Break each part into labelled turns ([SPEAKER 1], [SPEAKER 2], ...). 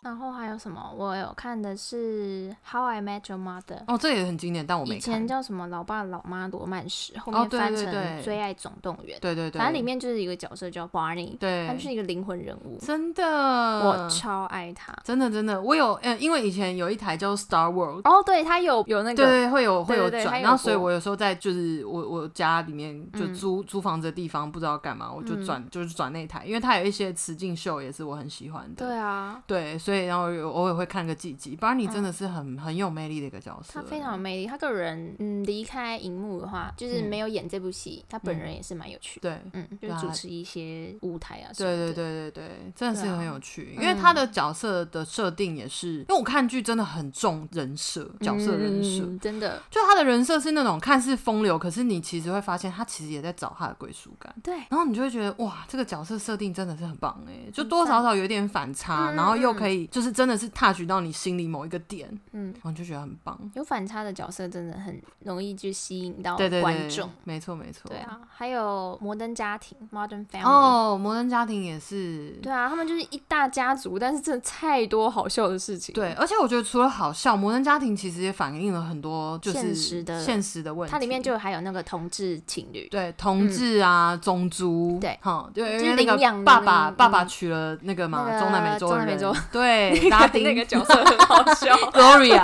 [SPEAKER 1] 然后还有什么？我有看的是《How I Met Your Mother》，
[SPEAKER 2] 哦，这个也很经典，但我没
[SPEAKER 1] 以前
[SPEAKER 2] 看。
[SPEAKER 1] 叫什么《老爸老妈罗曼史》，后
[SPEAKER 2] 哦
[SPEAKER 1] 面
[SPEAKER 2] 对
[SPEAKER 1] 翻
[SPEAKER 2] 对
[SPEAKER 1] 成
[SPEAKER 2] 对
[SPEAKER 1] 《最爱总动员》
[SPEAKER 2] 对对对，
[SPEAKER 1] 反正里面就是一个角色叫 Barney，他就是
[SPEAKER 2] 对，嗯
[SPEAKER 1] 一个灵魂人物，
[SPEAKER 2] 真的，
[SPEAKER 1] 我超爱他。
[SPEAKER 2] 真的真的，我有，呃，因为以前有一台叫 Star World，
[SPEAKER 1] 哦，对他有有那
[SPEAKER 2] 对
[SPEAKER 1] 个，
[SPEAKER 2] 对，会有会
[SPEAKER 1] 对
[SPEAKER 2] 有
[SPEAKER 1] 对对它
[SPEAKER 2] 转，
[SPEAKER 1] 有
[SPEAKER 2] 然后所以
[SPEAKER 1] 播
[SPEAKER 2] 我有时候在就是我我家里面就
[SPEAKER 1] 嗯
[SPEAKER 2] 租、租房子的地方不知道干嘛，我就
[SPEAKER 1] 嗯
[SPEAKER 2] 转、就是转那台，因为它有一些雌竞秀也是我很喜欢的。
[SPEAKER 1] 对啊，
[SPEAKER 2] 对，所以然后有偶尔会看个几集。巴尼
[SPEAKER 1] 嗯
[SPEAKER 2] 真的是很、很有魅力的一个角色，欸
[SPEAKER 1] 他非常有魅力。他个人嗯离开荧幕的话，就是
[SPEAKER 2] 嗯
[SPEAKER 1] 没有演这部戏，他本
[SPEAKER 2] 嗯
[SPEAKER 1] 人也是蛮有趣的。
[SPEAKER 2] 对。
[SPEAKER 1] 嗯，就
[SPEAKER 2] 对啊
[SPEAKER 1] 是主持一些舞台啊什么
[SPEAKER 2] 对对
[SPEAKER 1] 的。
[SPEAKER 2] 对对对，真的是
[SPEAKER 1] 对啊嗯
[SPEAKER 2] 很有趣，因为他的角色的设定也是，因为我看剧真的很重人设，角色人设，
[SPEAKER 1] 嗯真的
[SPEAKER 2] 就他的人设是那种看似风流，可是你其实会发现他其实也在找他的归属感。
[SPEAKER 1] 对。
[SPEAKER 2] 然后你就会觉得哇，这个角色设定真的是很棒哎，就多多少少有点反差，
[SPEAKER 1] 嗯
[SPEAKER 2] 然后又可以就是真的是 touch 到你心里某一个点，
[SPEAKER 1] 嗯
[SPEAKER 2] 然后就觉得很棒。
[SPEAKER 1] 有反差的角色真的很容易去吸引到
[SPEAKER 2] 对对
[SPEAKER 1] 哦观
[SPEAKER 2] 对
[SPEAKER 1] 众。，
[SPEAKER 2] 没错没错。
[SPEAKER 1] 对。啊，还有《摩登家庭》（Modern Family）。
[SPEAKER 2] 哦，摩登家庭也是。
[SPEAKER 1] 对啊，他们就是一大家族，但是真的太多好笑的事情。
[SPEAKER 2] 对，，而且我觉得除了好笑，《摩登家庭》其实也反映了很多就是
[SPEAKER 1] 现实的
[SPEAKER 2] 现实的问题。
[SPEAKER 1] 它里面就还有那个同志情侣，
[SPEAKER 2] 对同志啊、种族，
[SPEAKER 1] 对
[SPEAKER 2] 哈，对，
[SPEAKER 1] 就是
[SPEAKER 2] 因为那
[SPEAKER 1] 领养
[SPEAKER 2] 个
[SPEAKER 1] 的
[SPEAKER 2] 爸爸
[SPEAKER 1] 那个嗯
[SPEAKER 2] 爸爸娶了那个嘛
[SPEAKER 1] 那个
[SPEAKER 2] 中南美洲的
[SPEAKER 1] 中南美
[SPEAKER 2] 人
[SPEAKER 1] 洲，
[SPEAKER 2] 对，拉丁
[SPEAKER 1] 那个角色很好笑。
[SPEAKER 2] Gloria，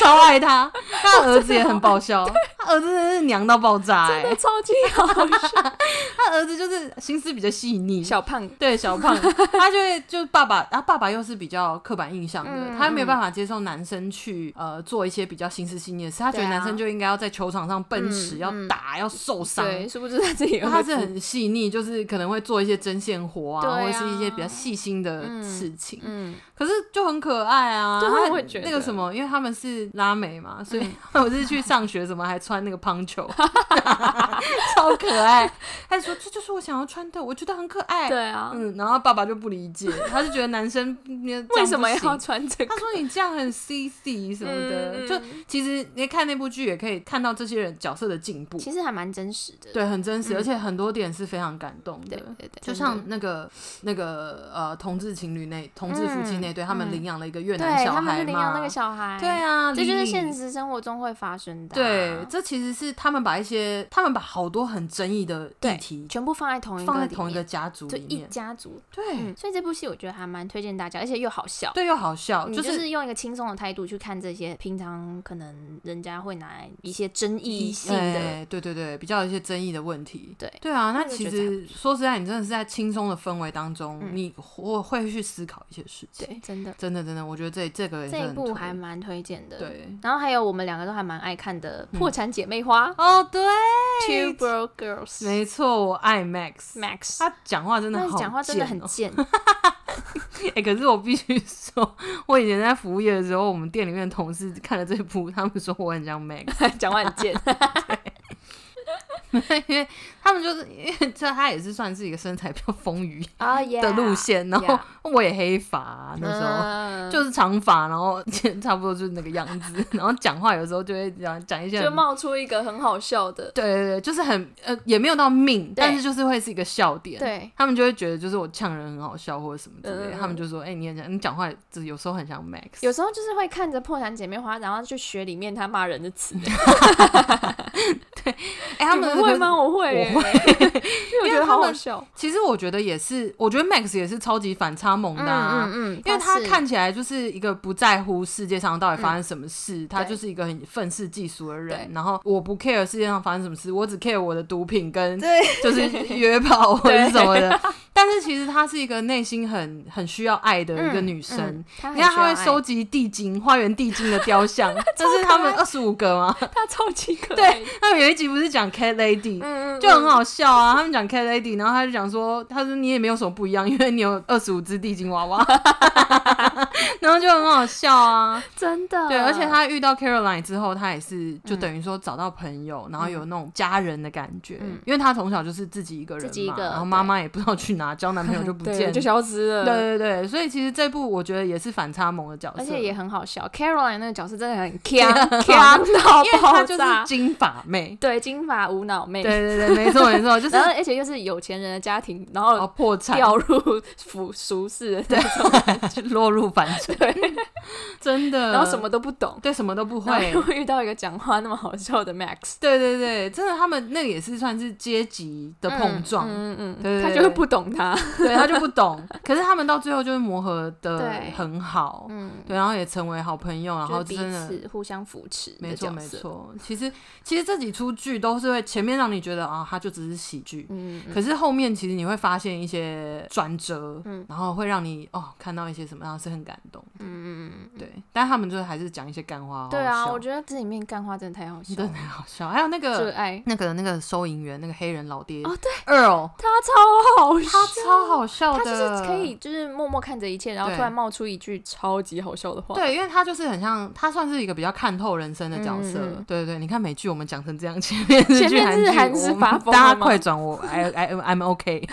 [SPEAKER 2] 超爱他，他儿子也很爆笑，他儿子真的是娘到爆 炸、
[SPEAKER 1] 真的
[SPEAKER 2] 欸，
[SPEAKER 1] 超级好笑，
[SPEAKER 2] 他儿子就是心思比较细 腻。
[SPEAKER 1] 小胖
[SPEAKER 2] 对 小 胖，他就会就是爸爸，他爸爸又是比较刻板印象的，
[SPEAKER 1] 嗯
[SPEAKER 2] 他没有办法接受男生去呃做一些比较心思细腻的事，他觉得
[SPEAKER 1] 对啊
[SPEAKER 2] 男生就应该要在球场上奔驰、
[SPEAKER 1] 嗯
[SPEAKER 2] 要
[SPEAKER 1] 嗯
[SPEAKER 2] 打、要受伤。
[SPEAKER 1] 对，殊不知他自己也会
[SPEAKER 2] 他是很细腻，就是可能会做一些针线活啊，
[SPEAKER 1] 对啊
[SPEAKER 2] 或者是一些比较细心的事情。
[SPEAKER 1] 嗯，
[SPEAKER 2] 可是就很可爱啊，
[SPEAKER 1] 对我
[SPEAKER 2] 他
[SPEAKER 1] 会觉得嗯
[SPEAKER 2] 那个什么，因为他们是拉美嘛，所以我是去上学，什么还穿那个 poncho，超可爱。他就说这就是我想要穿的，我觉得很可爱。
[SPEAKER 1] 对啊，
[SPEAKER 2] 嗯，然后爸爸就不理解，他就觉得男生嗯这样
[SPEAKER 1] 为什么
[SPEAKER 2] 不行
[SPEAKER 1] 要穿这个
[SPEAKER 2] 他？说你这样很 C C 什么的，
[SPEAKER 1] 嗯
[SPEAKER 2] 就其实你看那部剧也可以看到这些人角色的进步，
[SPEAKER 1] 其实还蛮真实的。
[SPEAKER 2] 对，很真实，
[SPEAKER 1] 嗯
[SPEAKER 2] 而且很多点是非常感动的
[SPEAKER 1] 对。对对，
[SPEAKER 2] 就
[SPEAKER 1] 真的
[SPEAKER 2] 像那个那个呃同志情侣那同志夫妻那对，
[SPEAKER 1] 嗯
[SPEAKER 2] 他们
[SPEAKER 1] 嗯
[SPEAKER 2] 领养了一个越南
[SPEAKER 1] 对
[SPEAKER 2] 小
[SPEAKER 1] 他们
[SPEAKER 2] 孩
[SPEAKER 1] 就领养那
[SPEAKER 2] 嘛
[SPEAKER 1] 个，小孩，
[SPEAKER 2] 对啊，
[SPEAKER 1] 这就是
[SPEAKER 2] Lily
[SPEAKER 1] 现。实生活中会发生的、啊
[SPEAKER 2] 对，，这其实是他们把一些他们把好多很争议的议
[SPEAKER 1] 对
[SPEAKER 2] 题
[SPEAKER 1] 全部放在同一个
[SPEAKER 2] 放在
[SPEAKER 1] 里
[SPEAKER 2] 同一个
[SPEAKER 1] 面
[SPEAKER 2] 家族
[SPEAKER 1] 就
[SPEAKER 2] 里
[SPEAKER 1] 一
[SPEAKER 2] 面，
[SPEAKER 1] 家族。
[SPEAKER 2] 对
[SPEAKER 1] 嗯，所以这部戏我觉得还蛮推荐大家，而且又好笑。
[SPEAKER 2] 对又好笑，
[SPEAKER 1] 你
[SPEAKER 2] 就
[SPEAKER 1] 就是是用一个轻松的态度去看这些平常可能人家会拿来一些争议性的，
[SPEAKER 2] 哎对对对，比较有一些争议的问题。
[SPEAKER 1] 对
[SPEAKER 2] 对啊，那
[SPEAKER 1] 就
[SPEAKER 2] 其
[SPEAKER 1] 觉得还
[SPEAKER 2] 实说实在，你真的是在轻松的氛围当中，
[SPEAKER 1] 嗯
[SPEAKER 2] 你我会去思考一些事情。
[SPEAKER 1] 对，真的
[SPEAKER 2] 真的真的，我觉得这这个也是
[SPEAKER 1] 这一
[SPEAKER 2] 很
[SPEAKER 1] 部
[SPEAKER 2] 推
[SPEAKER 1] 还蛮推荐的。，
[SPEAKER 2] 对。
[SPEAKER 1] 然后还有我们两个都还蛮爱看的
[SPEAKER 2] 嗯
[SPEAKER 1] 《破产姐妹花》
[SPEAKER 2] 哦，对，
[SPEAKER 1] （Two Bro Girls）
[SPEAKER 2] 没错，我爱 Max。
[SPEAKER 1] Max，
[SPEAKER 2] 他讲话真的
[SPEAKER 1] 那
[SPEAKER 2] 好、
[SPEAKER 1] 讲话真的很
[SPEAKER 2] 哎、
[SPEAKER 1] 贱，
[SPEAKER 2] 欸可是我必须说，我以前在服务业的时候，我们店里面的同事看了这部，他们说我很 像 Max，
[SPEAKER 1] 讲话很 贱。
[SPEAKER 2] 因为他们就是因为这他也是算是一个身材比较丰腴
[SPEAKER 1] 啊耶
[SPEAKER 2] 的路线，然后
[SPEAKER 1] yeah 嗯
[SPEAKER 2] 我也黑发、那时候。
[SPEAKER 1] 候
[SPEAKER 2] 就是长发，然后 差不多就是那个样子， 然后讲话有时候就会讲讲一些
[SPEAKER 1] 就
[SPEAKER 2] 很
[SPEAKER 1] 冒出一个很好笑的，
[SPEAKER 2] 对对对，就是很呃也没有到命，但是就是会是一个笑点。
[SPEAKER 1] 对，
[SPEAKER 2] 他们就会觉得就是我呛人很好笑或者什么之类的，
[SPEAKER 1] 嗯嗯嗯
[SPEAKER 2] 他们就说：“哎、你很像你讲话，就是有时候很像 Max。”
[SPEAKER 1] 有时候就是会看着《破产姐妹花》，然后去学里面她骂人的词。
[SPEAKER 2] 哎、他们
[SPEAKER 1] 你不会吗？？我会耶，因
[SPEAKER 2] 我
[SPEAKER 1] 为我觉得好好笑。
[SPEAKER 2] 其实我觉得也是，我觉得 Max 也是超级反差萌的、啊。
[SPEAKER 1] 嗯
[SPEAKER 2] 因为他
[SPEAKER 1] 是嗯
[SPEAKER 2] 看起来就是一个不在乎世界上到底发生什么事，他
[SPEAKER 1] 对
[SPEAKER 2] 就是一个很愤世嫉俗的人。
[SPEAKER 1] 对
[SPEAKER 2] 然后我不 care 世界上发生什么事，我只 care 我的毒品跟
[SPEAKER 1] 对
[SPEAKER 2] 就是 约炮或者是什么的。但是其实她是一个内心很很需要爱的一个女生，，
[SPEAKER 1] 嗯嗯她很
[SPEAKER 2] 你看，他
[SPEAKER 1] 需
[SPEAKER 2] 会
[SPEAKER 1] 要
[SPEAKER 2] 收集地精、花园地精的雕像， 这是他们二十五个吗？
[SPEAKER 1] 爱她超级可
[SPEAKER 2] 对
[SPEAKER 1] 爱的，
[SPEAKER 2] 他们有一集不是讲 Cat Lady，、
[SPEAKER 1] 嗯嗯，
[SPEAKER 2] 就很好笑啊。他们讲 Cat Lady，然后他就讲说，他说你也没有什么不一样， 因为你有二十五只地精娃娃， 然后就很好笑啊。
[SPEAKER 1] 嗯，真的。
[SPEAKER 2] 对，而且他遇到 Caroline 之后，他也是就等于说找到朋友，然后有那种家人的感觉，
[SPEAKER 1] 嗯
[SPEAKER 2] 因为他从小就是自己一个人嘛，
[SPEAKER 1] 自己一个
[SPEAKER 2] 然后妈妈也不知道去哪，交男朋友就 不
[SPEAKER 1] 对
[SPEAKER 2] 见
[SPEAKER 1] 就
[SPEAKER 2] 了。
[SPEAKER 1] 消失了，
[SPEAKER 2] 对，对对，所以其实这部我觉得也是反差萌的角色，
[SPEAKER 1] 而且也很好笑。Caroline 那个角色真的 很强强到
[SPEAKER 2] 因为她
[SPEAKER 1] 爆
[SPEAKER 2] 就是
[SPEAKER 1] 炸，。
[SPEAKER 2] 金发妹
[SPEAKER 1] 对金发无脑妹，
[SPEAKER 2] 对对对，没错没错，就 是
[SPEAKER 1] 然后而且又是有钱人的家庭，然
[SPEAKER 2] 哦
[SPEAKER 1] 后
[SPEAKER 2] 破产，
[SPEAKER 1] 掉入 俗俗世的 那种，
[SPEAKER 2] 落入凡尘，
[SPEAKER 1] 对，
[SPEAKER 2] 真的。
[SPEAKER 1] 然后什么都不懂，
[SPEAKER 2] 对什么都不嗯会
[SPEAKER 1] 然，后又遇到一个讲话那么好笑的 Max
[SPEAKER 2] 对对对，真的，他们那个也是算是阶级的碰撞，
[SPEAKER 1] 嗯嗯
[SPEAKER 2] 对
[SPEAKER 1] 嗯，
[SPEAKER 2] 对对
[SPEAKER 1] 他就会不懂他，
[SPEAKER 2] 对他就不懂，可是他们到最后就是磨合的
[SPEAKER 1] 对
[SPEAKER 2] 很好，
[SPEAKER 1] 嗯，
[SPEAKER 2] 对，然后也成为好朋友，然
[SPEAKER 1] 就
[SPEAKER 2] 后
[SPEAKER 1] 是彼
[SPEAKER 2] 真的。
[SPEAKER 1] 此互相扶持的
[SPEAKER 2] 没错，
[SPEAKER 1] 角
[SPEAKER 2] 没
[SPEAKER 1] 色，
[SPEAKER 2] 错。其实，其实这几出剧都是会前面让你觉得啊，它就只是喜剧，
[SPEAKER 1] 嗯，嗯
[SPEAKER 2] 可是后面其实你会发现一些转折，
[SPEAKER 1] 嗯
[SPEAKER 2] 然后会让你哦看到一些什么，然后是很感动。
[SPEAKER 1] 嗯嗯嗯。
[SPEAKER 2] 对，但他们就是还是讲一些干话，好好
[SPEAKER 1] 对啊，
[SPEAKER 2] 笑
[SPEAKER 1] 我觉得这里面干话真的太好笑
[SPEAKER 2] 真
[SPEAKER 1] 了，
[SPEAKER 2] 的好笑。还有那
[SPEAKER 1] 热
[SPEAKER 2] 个
[SPEAKER 1] 爱
[SPEAKER 2] 那个那个收银员，那个黑人老爹
[SPEAKER 1] 哦，对
[SPEAKER 2] Earl，
[SPEAKER 1] 他超好笑，
[SPEAKER 2] 他超好笑
[SPEAKER 1] 他
[SPEAKER 2] 的，
[SPEAKER 1] 就是可以就是默默看着一切，然后
[SPEAKER 2] 对
[SPEAKER 1] 突然冒出一句超级好笑的话，
[SPEAKER 2] 对，因为他就是很像，他算是一个比较看透人生的角色。
[SPEAKER 1] 嗯嗯嗯
[SPEAKER 2] 对对对，你看美剧我们讲成这样，前面是
[SPEAKER 1] 前
[SPEAKER 2] 剧
[SPEAKER 1] 面
[SPEAKER 2] 韩
[SPEAKER 1] 是
[SPEAKER 2] 剧，
[SPEAKER 1] 韩式
[SPEAKER 2] 我们
[SPEAKER 1] 发疯
[SPEAKER 2] 大
[SPEAKER 1] 了
[SPEAKER 2] 家
[SPEAKER 1] 吗
[SPEAKER 2] 快转我，I I I'm OK，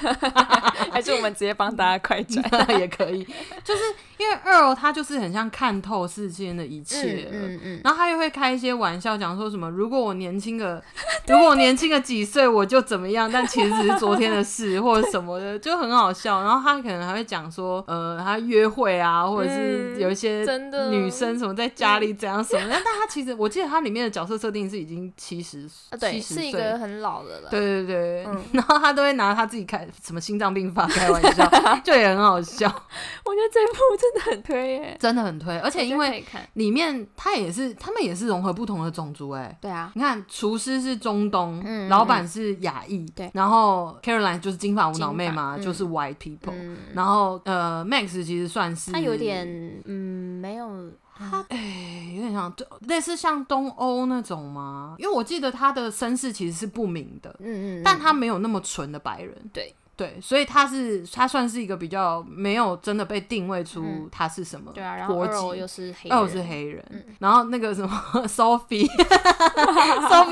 [SPEAKER 1] 还是我们直接帮大家快 转。
[SPEAKER 2] 也可以。就是因为 Earl 他就是很像看透世间的一切了。
[SPEAKER 1] 嗯嗯，
[SPEAKER 2] 然后他又会开一些玩笑，讲说什么如果我年轻个，如果我年轻个几岁我就怎么样，但其实只是昨天的事或者什么的，就很好笑。然后他可能还会讲说，呃，他约会啊，或者是
[SPEAKER 1] 嗯
[SPEAKER 2] 有一些
[SPEAKER 1] 真的嗯
[SPEAKER 2] 女生什么在家里怎样什么的。但他其实我记得他里面的角色设定是已经七十
[SPEAKER 1] 啊，，
[SPEAKER 2] 70
[SPEAKER 1] 对，
[SPEAKER 2] 岁
[SPEAKER 1] 是一个很老的了，
[SPEAKER 2] 对对对，
[SPEAKER 1] 嗯
[SPEAKER 2] 然后他都会拿他自己开什么心脏病发开玩 笑，就也很好笑，
[SPEAKER 1] 我觉得这部真的很推耶，
[SPEAKER 2] 真的很推。而且因
[SPEAKER 1] 我觉得
[SPEAKER 2] 为
[SPEAKER 1] 可以看，
[SPEAKER 2] 里面他也是，他们也是融合不同的种族、哎，
[SPEAKER 1] 对啊，
[SPEAKER 2] 你看，厨师是中东，
[SPEAKER 1] 嗯
[SPEAKER 2] 老板是亚裔，
[SPEAKER 1] 对
[SPEAKER 2] 然后 Caroline 就是金发无脑妹
[SPEAKER 1] 金发
[SPEAKER 2] 嘛，
[SPEAKER 1] 嗯
[SPEAKER 2] 就是 White people，、
[SPEAKER 1] 嗯，
[SPEAKER 2] 然后呃 Max 其实算是
[SPEAKER 1] 他有点嗯没有，
[SPEAKER 2] 他哎、有点像就类似像东欧那种吗？因为我记得他的身世其实是不明的，
[SPEAKER 1] 嗯嗯，
[SPEAKER 2] 但他没有那么纯的白人，
[SPEAKER 1] 对。
[SPEAKER 2] 对，所以他是他算是一个比较没有真的被定位出
[SPEAKER 1] 嗯
[SPEAKER 2] 他是什么
[SPEAKER 1] 对啊，然后
[SPEAKER 2] 国
[SPEAKER 1] 二
[SPEAKER 2] 籍，
[SPEAKER 1] 楼又是黑人，嗯
[SPEAKER 2] 哦，我是黑人， 然后那个什么 Sophie，Sophie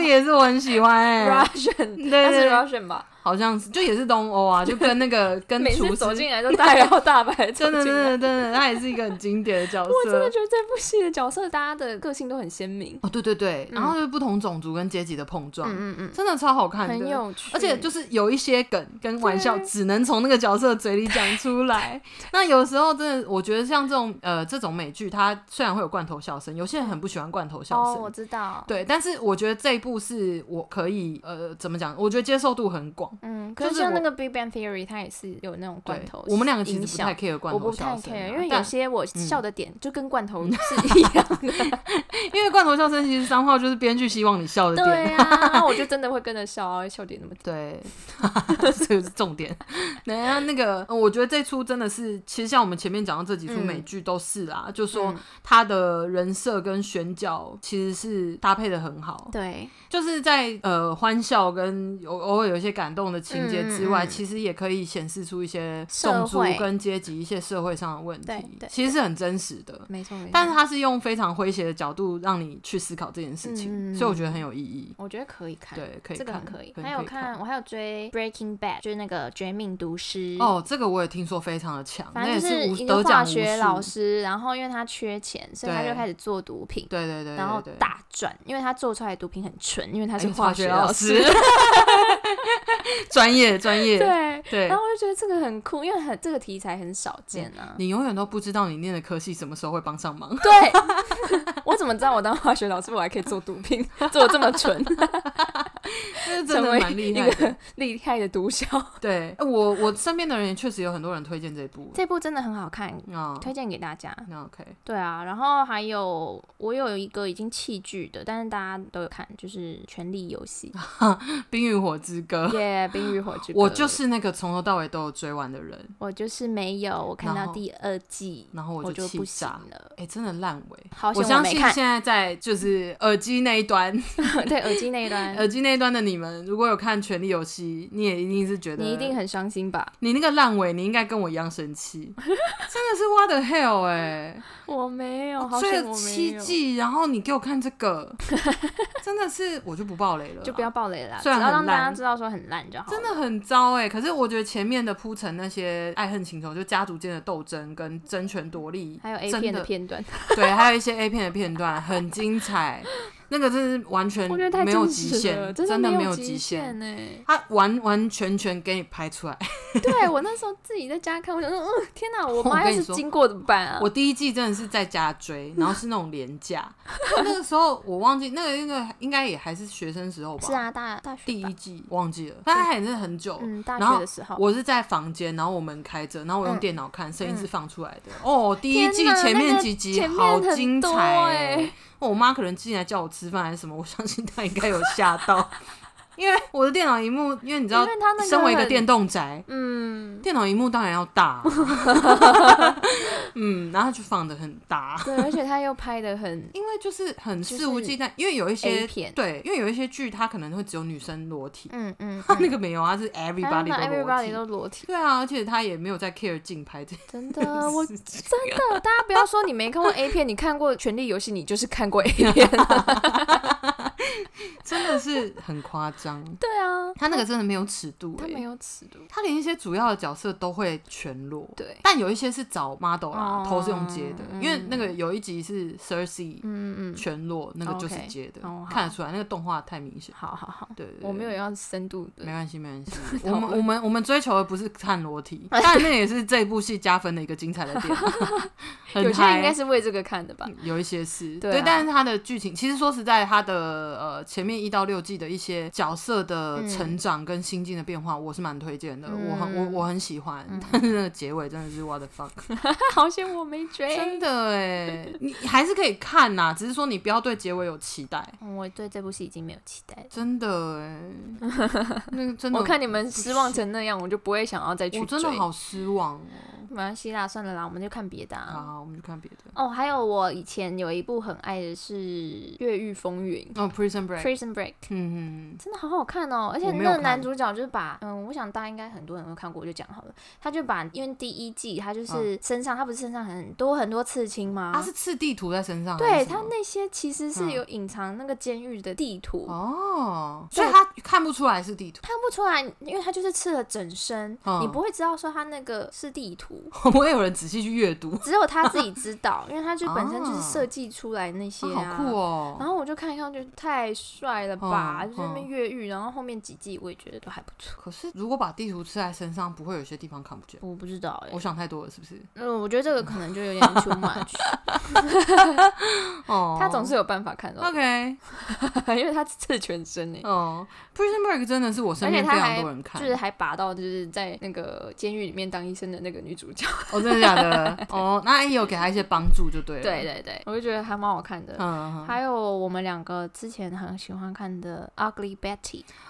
[SPEAKER 2] 也是我很喜欢
[SPEAKER 1] 嗯
[SPEAKER 2] 哎、
[SPEAKER 1] Russian，
[SPEAKER 2] 对
[SPEAKER 1] 他
[SPEAKER 2] 对
[SPEAKER 1] 是
[SPEAKER 2] 对
[SPEAKER 1] Russian 吧？
[SPEAKER 2] 好像是，就也是东欧啊，就跟 那个跟
[SPEAKER 1] 每
[SPEAKER 2] 厨
[SPEAKER 1] 次走
[SPEAKER 2] 师，
[SPEAKER 1] 进来都大摇大摆走
[SPEAKER 2] 真的
[SPEAKER 1] 进
[SPEAKER 2] 真
[SPEAKER 1] 来。
[SPEAKER 2] 的真的，他也是一个很经典 的角
[SPEAKER 1] 我真的
[SPEAKER 2] 色。
[SPEAKER 1] 觉得这部戏的角色，大家的个性都很鲜明。
[SPEAKER 2] 哦，对对对，
[SPEAKER 1] 嗯
[SPEAKER 2] 然后就是不同种族跟阶级的碰撞，
[SPEAKER 1] 嗯嗯
[SPEAKER 2] 真的超好看
[SPEAKER 1] 嗯，很
[SPEAKER 2] 的。
[SPEAKER 1] 有趣，
[SPEAKER 2] 而且就是有一些梗跟玩笑，
[SPEAKER 1] 对
[SPEAKER 2] 只能从那个角色嘴里讲出 来。那有时候真的，我觉得像这种呃这种美剧，它虽然会有罐头笑声，有些人很不喜欢罐头笑
[SPEAKER 1] 哦，
[SPEAKER 2] 声，
[SPEAKER 1] 我知道，
[SPEAKER 2] 对，但是我觉得这一部是我可以呃怎么讲，我觉得接受度很广。
[SPEAKER 1] 嗯，
[SPEAKER 2] 就
[SPEAKER 1] 可是
[SPEAKER 2] 是
[SPEAKER 1] 像
[SPEAKER 2] 我
[SPEAKER 1] 那个 Big Bang Theory，它也是有那种
[SPEAKER 2] 对
[SPEAKER 1] 罐头，
[SPEAKER 2] 我们两个其
[SPEAKER 1] 影
[SPEAKER 2] 实不太
[SPEAKER 1] 响。
[SPEAKER 2] care 罐
[SPEAKER 1] 我
[SPEAKER 2] 头
[SPEAKER 1] 不
[SPEAKER 2] 笑
[SPEAKER 1] 太
[SPEAKER 2] 声啊、
[SPEAKER 1] care，因为有
[SPEAKER 2] 但
[SPEAKER 1] 些我
[SPEAKER 2] 嗯
[SPEAKER 1] 笑的点就跟罐 头是一样的。
[SPEAKER 2] 因为罐头笑声其实三号就是编剧希望你笑的点，
[SPEAKER 1] 对啊，那我就真的会跟着笑啊，笑点那么 低。
[SPEAKER 2] 对，这个是重 点。那那个，呃我觉得这出真的是，其实像我们前面讲到这几出美剧都是啦，就说
[SPEAKER 1] 嗯
[SPEAKER 2] 他的人设跟选角其实是搭配的很好，
[SPEAKER 1] 对，
[SPEAKER 2] 就是在呃欢笑跟有偶尔有一些感动的情节之
[SPEAKER 1] 嗯
[SPEAKER 2] 外，
[SPEAKER 1] 嗯嗯
[SPEAKER 2] 其实也可以显示出一些
[SPEAKER 1] 社
[SPEAKER 2] 种族
[SPEAKER 1] 会
[SPEAKER 2] 跟阶级、一些社会上的问
[SPEAKER 1] 对
[SPEAKER 2] 题，
[SPEAKER 1] 对
[SPEAKER 2] 其实是很真实的。
[SPEAKER 1] 没错没错。
[SPEAKER 2] 但是他是用非常诙谐的角度让你去思考这件事情，
[SPEAKER 1] 嗯嗯嗯
[SPEAKER 2] 所以我觉得很有意义。
[SPEAKER 1] 我觉得可以看，
[SPEAKER 2] 对，可以看，
[SPEAKER 1] 这个很可以。
[SPEAKER 2] 很
[SPEAKER 1] 还有看，我还有追《Breaking Bad》，就是那个《绝命毒师》。
[SPEAKER 2] 哦，这个我也听说非常的强，
[SPEAKER 1] 反正
[SPEAKER 2] 那也
[SPEAKER 1] 就是是
[SPEAKER 2] 无
[SPEAKER 1] 一
[SPEAKER 2] 得
[SPEAKER 1] 个
[SPEAKER 2] 奖
[SPEAKER 1] 化
[SPEAKER 2] 无
[SPEAKER 1] 学老
[SPEAKER 2] 数，
[SPEAKER 1] 师，然后因为他缺钱，所以他
[SPEAKER 2] 对
[SPEAKER 1] 就开始做毒品。
[SPEAKER 2] 对对对，
[SPEAKER 1] 然后
[SPEAKER 2] 对对
[SPEAKER 1] 大赚，因为他做出来的毒品很纯，因为他
[SPEAKER 2] 哎
[SPEAKER 1] 是
[SPEAKER 2] 化
[SPEAKER 1] 学
[SPEAKER 2] 学老
[SPEAKER 1] 师。
[SPEAKER 2] 师， 专业专业，
[SPEAKER 1] 对，
[SPEAKER 2] 对
[SPEAKER 1] 然后我就觉得这个很酷，因为很这个题材很少见啊。
[SPEAKER 2] 你永远都不知道你念的科系什么时候会帮上忙。
[SPEAKER 1] 对， 我怎么知道我当化学老师我还可以做毒品，做的这么纯，
[SPEAKER 2] 这真
[SPEAKER 1] 成
[SPEAKER 2] 的
[SPEAKER 1] 为
[SPEAKER 2] 蛮 厉
[SPEAKER 1] 一
[SPEAKER 2] 害的
[SPEAKER 1] 个。 厉害的毒枭？
[SPEAKER 2] 对，呃我我身边的人也确实有很多人推荐这一部。
[SPEAKER 1] 这部真的很好看，
[SPEAKER 2] 啊，
[SPEAKER 1] 推荐给大家。
[SPEAKER 2] 那 OK，
[SPEAKER 1] 对啊，然后还有我有一个已经弃剧的，但是大家都有看，就是《权力游戏
[SPEAKER 2] 《冰与火之歌》》
[SPEAKER 1] 耶，《冰与火之歌》。
[SPEAKER 2] 我就是那个从头到尾都有追完的人，
[SPEAKER 1] 我就是没有，我看
[SPEAKER 2] 然
[SPEAKER 1] 到
[SPEAKER 2] 后
[SPEAKER 1] 第二季，
[SPEAKER 2] 然后
[SPEAKER 1] 我
[SPEAKER 2] 就
[SPEAKER 1] 不
[SPEAKER 2] 气
[SPEAKER 1] 行
[SPEAKER 2] 炸。
[SPEAKER 1] 了。
[SPEAKER 2] 哎、真的烂尾。
[SPEAKER 1] 好
[SPEAKER 2] 我
[SPEAKER 1] 险
[SPEAKER 2] 相
[SPEAKER 1] 没
[SPEAKER 2] 信
[SPEAKER 1] 看
[SPEAKER 2] 现，在在就是耳机那一端，
[SPEAKER 1] 对耳机那一 段，
[SPEAKER 2] 耳机那一端的你们，如果有看《权力游戏》，你也一定是觉得
[SPEAKER 1] 你一定很伤心吧？
[SPEAKER 2] 你那个烂尾，你应该跟我一样生 气，真的是 what the hell 哎、
[SPEAKER 1] 我没有，好
[SPEAKER 2] 所
[SPEAKER 1] 险
[SPEAKER 2] 以
[SPEAKER 1] 哎我没
[SPEAKER 2] 哦七
[SPEAKER 1] 有，
[SPEAKER 2] 季，然后你给我看这 个，真的是我就不爆雷了啦，
[SPEAKER 1] 就不要爆雷啦，只
[SPEAKER 2] 虽然
[SPEAKER 1] 要
[SPEAKER 2] 很
[SPEAKER 1] 让大家
[SPEAKER 2] 烂
[SPEAKER 1] 知道说很烂就好了。
[SPEAKER 2] 真的很糟哎、可是我觉得前面的铺陈那些爱恨情仇，就家族间的斗争跟争权夺利，
[SPEAKER 1] 还有 A
[SPEAKER 2] 真
[SPEAKER 1] 片的
[SPEAKER 2] 的
[SPEAKER 1] 片段，
[SPEAKER 2] 对，还有一些 A 片的片段很精彩。那个真是完全
[SPEAKER 1] 我觉得太
[SPEAKER 2] 没有
[SPEAKER 1] 真
[SPEAKER 2] 极
[SPEAKER 1] 实了，
[SPEAKER 2] 限，
[SPEAKER 1] 真
[SPEAKER 2] 真的
[SPEAKER 1] 没
[SPEAKER 2] 有
[SPEAKER 1] 极
[SPEAKER 2] 限。
[SPEAKER 1] 呢、
[SPEAKER 2] 他完完全全给你拍出来。
[SPEAKER 1] 对我那时候自己在家看，我想说，嗯，天哪，我
[SPEAKER 2] 我
[SPEAKER 1] 妈要
[SPEAKER 2] 跟你
[SPEAKER 1] 是
[SPEAKER 2] 说
[SPEAKER 1] 经过怎么办啊？
[SPEAKER 2] 我第一季真的是在家 追，然后是那种廉价。那那个时候我忘记那个那个应该也还是学生时候吧。
[SPEAKER 1] 是啊，大大学
[SPEAKER 2] 第
[SPEAKER 1] 吧
[SPEAKER 2] 一季忘记了，但它也是很久了。
[SPEAKER 1] 嗯，大
[SPEAKER 2] 然后
[SPEAKER 1] 学的时候，
[SPEAKER 2] 我是在房间，然后我门开着，然后我用
[SPEAKER 1] 嗯
[SPEAKER 2] 电脑看，声音是
[SPEAKER 1] 嗯
[SPEAKER 2] 放出来的。哦，第一
[SPEAKER 1] 天
[SPEAKER 2] 季
[SPEAKER 1] 哪
[SPEAKER 2] 前
[SPEAKER 1] 那
[SPEAKER 2] 面
[SPEAKER 1] 个
[SPEAKER 2] 几集
[SPEAKER 1] 前面
[SPEAKER 2] 好
[SPEAKER 1] 很
[SPEAKER 2] 精
[SPEAKER 1] 多
[SPEAKER 2] 彩哦
[SPEAKER 1] 欸
[SPEAKER 2] 哦我妈可能进来叫我吃饭还是什么， 我相信她应该有吓到， 因为我的电脑荧幕，因为你知道
[SPEAKER 1] 因为它那，个
[SPEAKER 2] 身为一个
[SPEAKER 1] 很
[SPEAKER 2] 电动宅，
[SPEAKER 1] 嗯，
[SPEAKER 2] 电脑荧幕当然要 大啊、嗯，然后就放的很大。
[SPEAKER 1] 对，而且他又拍的 很
[SPEAKER 2] 因为就是很
[SPEAKER 1] 就
[SPEAKER 2] 肆无
[SPEAKER 1] 是
[SPEAKER 2] 忌惮，因为有一
[SPEAKER 1] A
[SPEAKER 2] 些
[SPEAKER 1] 片，
[SPEAKER 2] 对，因为有一些剧它可能会只有女生裸体，
[SPEAKER 1] 嗯嗯，
[SPEAKER 2] 它、那
[SPEAKER 1] 嗯
[SPEAKER 2] 个没有啊，它是
[SPEAKER 1] 他
[SPEAKER 2] everybody
[SPEAKER 1] 把
[SPEAKER 2] 都裸
[SPEAKER 1] everybody
[SPEAKER 2] 体。
[SPEAKER 1] 都裸体，
[SPEAKER 2] 对啊，而且他也没有在 care 竞拍这
[SPEAKER 1] 真的，我
[SPEAKER 2] 件事情
[SPEAKER 1] 真的，大家不要说你没看过 A 片，你看过《权力游戏》，你就是看过 A 片。
[SPEAKER 2] 真的是很夸张。
[SPEAKER 1] 对啊，
[SPEAKER 2] 他那个真的没有尺度、
[SPEAKER 1] 他没
[SPEAKER 2] 欸，
[SPEAKER 1] 有尺度。
[SPEAKER 2] 他连一些主要的角色都会全裸。
[SPEAKER 1] 对，
[SPEAKER 2] 但有一些是找 model 啦，
[SPEAKER 1] 哦
[SPEAKER 2] 头是用接的，因为
[SPEAKER 1] 嗯
[SPEAKER 2] 那个有一集是 Cersei
[SPEAKER 1] 嗯嗯嗯，
[SPEAKER 2] 全裸，那个就是
[SPEAKER 1] OK，
[SPEAKER 2] 接的
[SPEAKER 1] 哦好
[SPEAKER 2] 看得出来，那个动画太明显。
[SPEAKER 1] 好好好，
[SPEAKER 2] 对对对
[SPEAKER 1] 我没有要深度
[SPEAKER 2] 没
[SPEAKER 1] 的。。
[SPEAKER 2] 关系，没关系 我们我们我们追求的不是看裸体，
[SPEAKER 1] 啊
[SPEAKER 2] 但那也是这部戏加分的一个精彩的点。啊 很
[SPEAKER 1] 有些人应该
[SPEAKER 2] 嗨嗯
[SPEAKER 1] 是为这个看的吧？
[SPEAKER 2] 有一些是
[SPEAKER 1] 对啊
[SPEAKER 2] 但是它的剧情其实说实在，它的呃前面一到六季的一些角色的成长跟心境的变化，我是蛮推荐的，
[SPEAKER 1] 嗯
[SPEAKER 2] 我很我我很喜欢。但是那个结尾真的是 what the fuck，
[SPEAKER 1] 好险我没追。
[SPEAKER 2] 真的哎，你还是可以看呐，只是说你不要对结尾有期待，
[SPEAKER 1] 嗯 我对这部戏已经没有期待了。
[SPEAKER 2] 真的哎，那个真 的
[SPEAKER 1] 我看你们失望成那样，我就不会想要再去
[SPEAKER 2] 我真的
[SPEAKER 1] 追。
[SPEAKER 2] 好失望哦。
[SPEAKER 1] 没关系啦，算了啦，我们就看别的啊。
[SPEAKER 2] 好，我们去看别的。
[SPEAKER 1] 哦，还有我以前有一部很爱的是《越狱风云
[SPEAKER 2] 哦，Prison》Break，
[SPEAKER 1] （Prison Break）。
[SPEAKER 2] 嗯嗯，
[SPEAKER 1] 真的好好看哦，而且
[SPEAKER 2] 我没有
[SPEAKER 1] 那个
[SPEAKER 2] 看
[SPEAKER 1] 男主角就是把，嗯，我想大家应该很多人都看过，我就讲好了。他就把，因为第一季他就是身上，他不是身上很多很多刺青吗？
[SPEAKER 2] 嗯啊他是刺地图在身上还
[SPEAKER 1] 对
[SPEAKER 2] 是什
[SPEAKER 1] 他
[SPEAKER 2] 么，
[SPEAKER 1] 那些其实是
[SPEAKER 2] 嗯
[SPEAKER 1] 有隐藏那个监狱的地图，
[SPEAKER 2] 哦，
[SPEAKER 1] 对
[SPEAKER 2] 所以他看不出来是地图，
[SPEAKER 1] 看不出来，因为他就是刺了整身，
[SPEAKER 2] 嗯
[SPEAKER 1] 你不会知道说他那个是地图，
[SPEAKER 2] 不会有人仔细去阅读，
[SPEAKER 1] 只有他自己知道，因为他就本身就是
[SPEAKER 2] 啊
[SPEAKER 1] 设计出来那些、啊
[SPEAKER 2] 哦好酷
[SPEAKER 1] 然
[SPEAKER 2] 哦。
[SPEAKER 1] 后我就看一看，就太帅了吧！
[SPEAKER 2] 嗯
[SPEAKER 1] 就是那边越狱，然后后面几季我也觉得都还不错。
[SPEAKER 2] 可是如果把地图刺在身上，不会有些地方看不欸见。
[SPEAKER 1] 我不知道哎、
[SPEAKER 2] 我想太多了，是不是？
[SPEAKER 1] 嗯，我觉得这个可能就有点 too much。
[SPEAKER 2] 哦，
[SPEAKER 1] 他总是有办法看到，
[SPEAKER 2] OK
[SPEAKER 1] 因为他刺全身呢，
[SPEAKER 2] 哦，Prison Break 真的是我身
[SPEAKER 1] 而
[SPEAKER 2] 边
[SPEAKER 1] 且他
[SPEAKER 2] 非
[SPEAKER 1] 还
[SPEAKER 2] 常多人 看
[SPEAKER 1] 就，是还拔到就是在那个监狱里面当医生的那个女主角。
[SPEAKER 2] 哦，真的 假的？哦，那也有给他一些帮助就对了。
[SPEAKER 1] 对，对对，我就觉得还蛮好看的。
[SPEAKER 2] 嗯，嗯
[SPEAKER 1] 还有我们两个之前很喜欢看的《Ugly Betty》，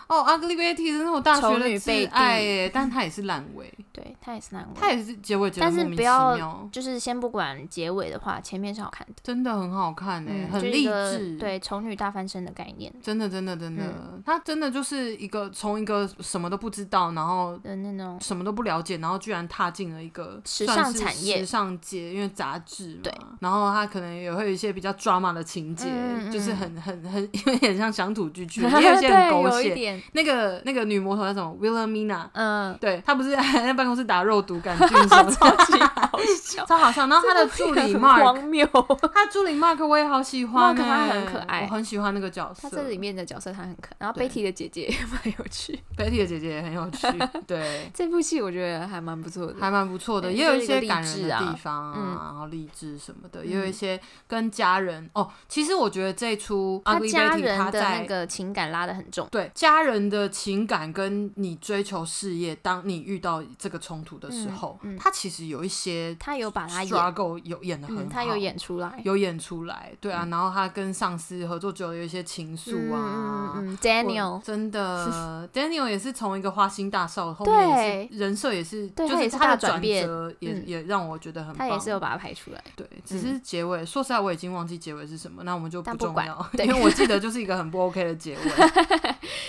[SPEAKER 2] 哦，Ugly Betty 真是我大
[SPEAKER 1] 丑
[SPEAKER 2] 学的
[SPEAKER 1] 女贝蒂
[SPEAKER 2] 挚爱耶，但他也是烂尾，
[SPEAKER 1] 对，它也是难
[SPEAKER 2] 他
[SPEAKER 1] 闻。
[SPEAKER 2] 也是结尾结得
[SPEAKER 1] 但是
[SPEAKER 2] 莫名
[SPEAKER 1] 不
[SPEAKER 2] 其
[SPEAKER 1] 要
[SPEAKER 2] 妙。
[SPEAKER 1] 就是先不管结尾的话，前面是好看的，
[SPEAKER 2] 真的很好看哎、
[SPEAKER 1] 嗯，
[SPEAKER 2] 很
[SPEAKER 1] 就是一
[SPEAKER 2] 励
[SPEAKER 1] 个
[SPEAKER 2] 志。，
[SPEAKER 1] 对丑女大翻身的概念
[SPEAKER 2] 真的真的真的
[SPEAKER 1] 嗯，
[SPEAKER 2] 他、真的就是一个从一个什么都不知道，然后
[SPEAKER 1] 的那 种。
[SPEAKER 2] 什么都不了解，然后居然踏进了一个
[SPEAKER 1] 时
[SPEAKER 2] 算
[SPEAKER 1] 尚
[SPEAKER 2] 是
[SPEAKER 1] 产业
[SPEAKER 2] 时尚界，因为杂志嘛。
[SPEAKER 1] 对。
[SPEAKER 2] 然后他可能也会有一些比较 drama 的情节，
[SPEAKER 1] 嗯嗯
[SPEAKER 2] 就是
[SPEAKER 1] 嗯
[SPEAKER 2] 很很很，因为很像乡土 剧剧，也有一些很狗
[SPEAKER 1] 对有一
[SPEAKER 2] 血。
[SPEAKER 1] 点，
[SPEAKER 2] 那个那个女魔头叫什么 Wilhelmina，
[SPEAKER 1] 嗯，
[SPEAKER 2] 对她不是还在办公室打肉毒杆菌 什么的，
[SPEAKER 1] 超级好笑。
[SPEAKER 2] 超好笑。然后她的助理 Mark
[SPEAKER 1] 荒谬，
[SPEAKER 2] 他朱琳 Mark 我也好喜欢、欸，
[SPEAKER 1] Mark 他很可爱
[SPEAKER 2] 我很喜欢那个角色。
[SPEAKER 1] 他这里面的角色他很可爱，然后
[SPEAKER 2] 对
[SPEAKER 1] Betty 的姐姐也 蛮有趣。
[SPEAKER 2] Betty 的姐姐也 很有趣，对，
[SPEAKER 1] 这部戏我觉得还蛮不错的，
[SPEAKER 2] 还蛮不错的，
[SPEAKER 1] 对
[SPEAKER 2] 也有
[SPEAKER 1] 就是
[SPEAKER 2] 一
[SPEAKER 1] 一个
[SPEAKER 2] 些
[SPEAKER 1] 励
[SPEAKER 2] 感人
[SPEAKER 1] 志
[SPEAKER 2] 的
[SPEAKER 1] 啊
[SPEAKER 2] 地方啊，
[SPEAKER 1] 嗯
[SPEAKER 2] 然后励志什么的，
[SPEAKER 1] 嗯
[SPEAKER 2] 也有一些跟家人哦。其实我觉得这一出
[SPEAKER 1] 他
[SPEAKER 2] Ugly
[SPEAKER 1] 家
[SPEAKER 2] Betty 他
[SPEAKER 1] 人的
[SPEAKER 2] 在
[SPEAKER 1] 那个情感拉得很重。
[SPEAKER 2] 对家人的情感跟你追求事业，当你遇到这个冲突的时候，
[SPEAKER 1] 嗯嗯
[SPEAKER 2] 他其实有一些
[SPEAKER 1] 他有把他演，
[SPEAKER 2] struggle 有演的很好，
[SPEAKER 1] 嗯，他有演出来。
[SPEAKER 2] 有演出来，对啊，然后他跟上司合作久了，有一些情愫啊，
[SPEAKER 1] 嗯嗯嗯嗯
[SPEAKER 2] 我
[SPEAKER 1] ，Daniel，
[SPEAKER 2] 真的 ，Daniel 也是从一个花心大少，后
[SPEAKER 1] 对
[SPEAKER 2] 面也是人设也是，
[SPEAKER 1] 对
[SPEAKER 2] 就
[SPEAKER 1] 他也
[SPEAKER 2] 是
[SPEAKER 1] 是
[SPEAKER 2] 他
[SPEAKER 1] 大
[SPEAKER 2] 的转
[SPEAKER 1] 转变
[SPEAKER 2] 折也
[SPEAKER 1] 嗯
[SPEAKER 2] 也让我觉得很
[SPEAKER 1] 他
[SPEAKER 2] 棒。
[SPEAKER 1] 也是有把他排出来。
[SPEAKER 2] 对，只是结尾，说实在我已经忘记结尾是什么，那我们就
[SPEAKER 1] 但不
[SPEAKER 2] 重
[SPEAKER 1] 管
[SPEAKER 2] 要，
[SPEAKER 1] 对
[SPEAKER 2] 因为我记得就是一个很不 OK 的 结尾。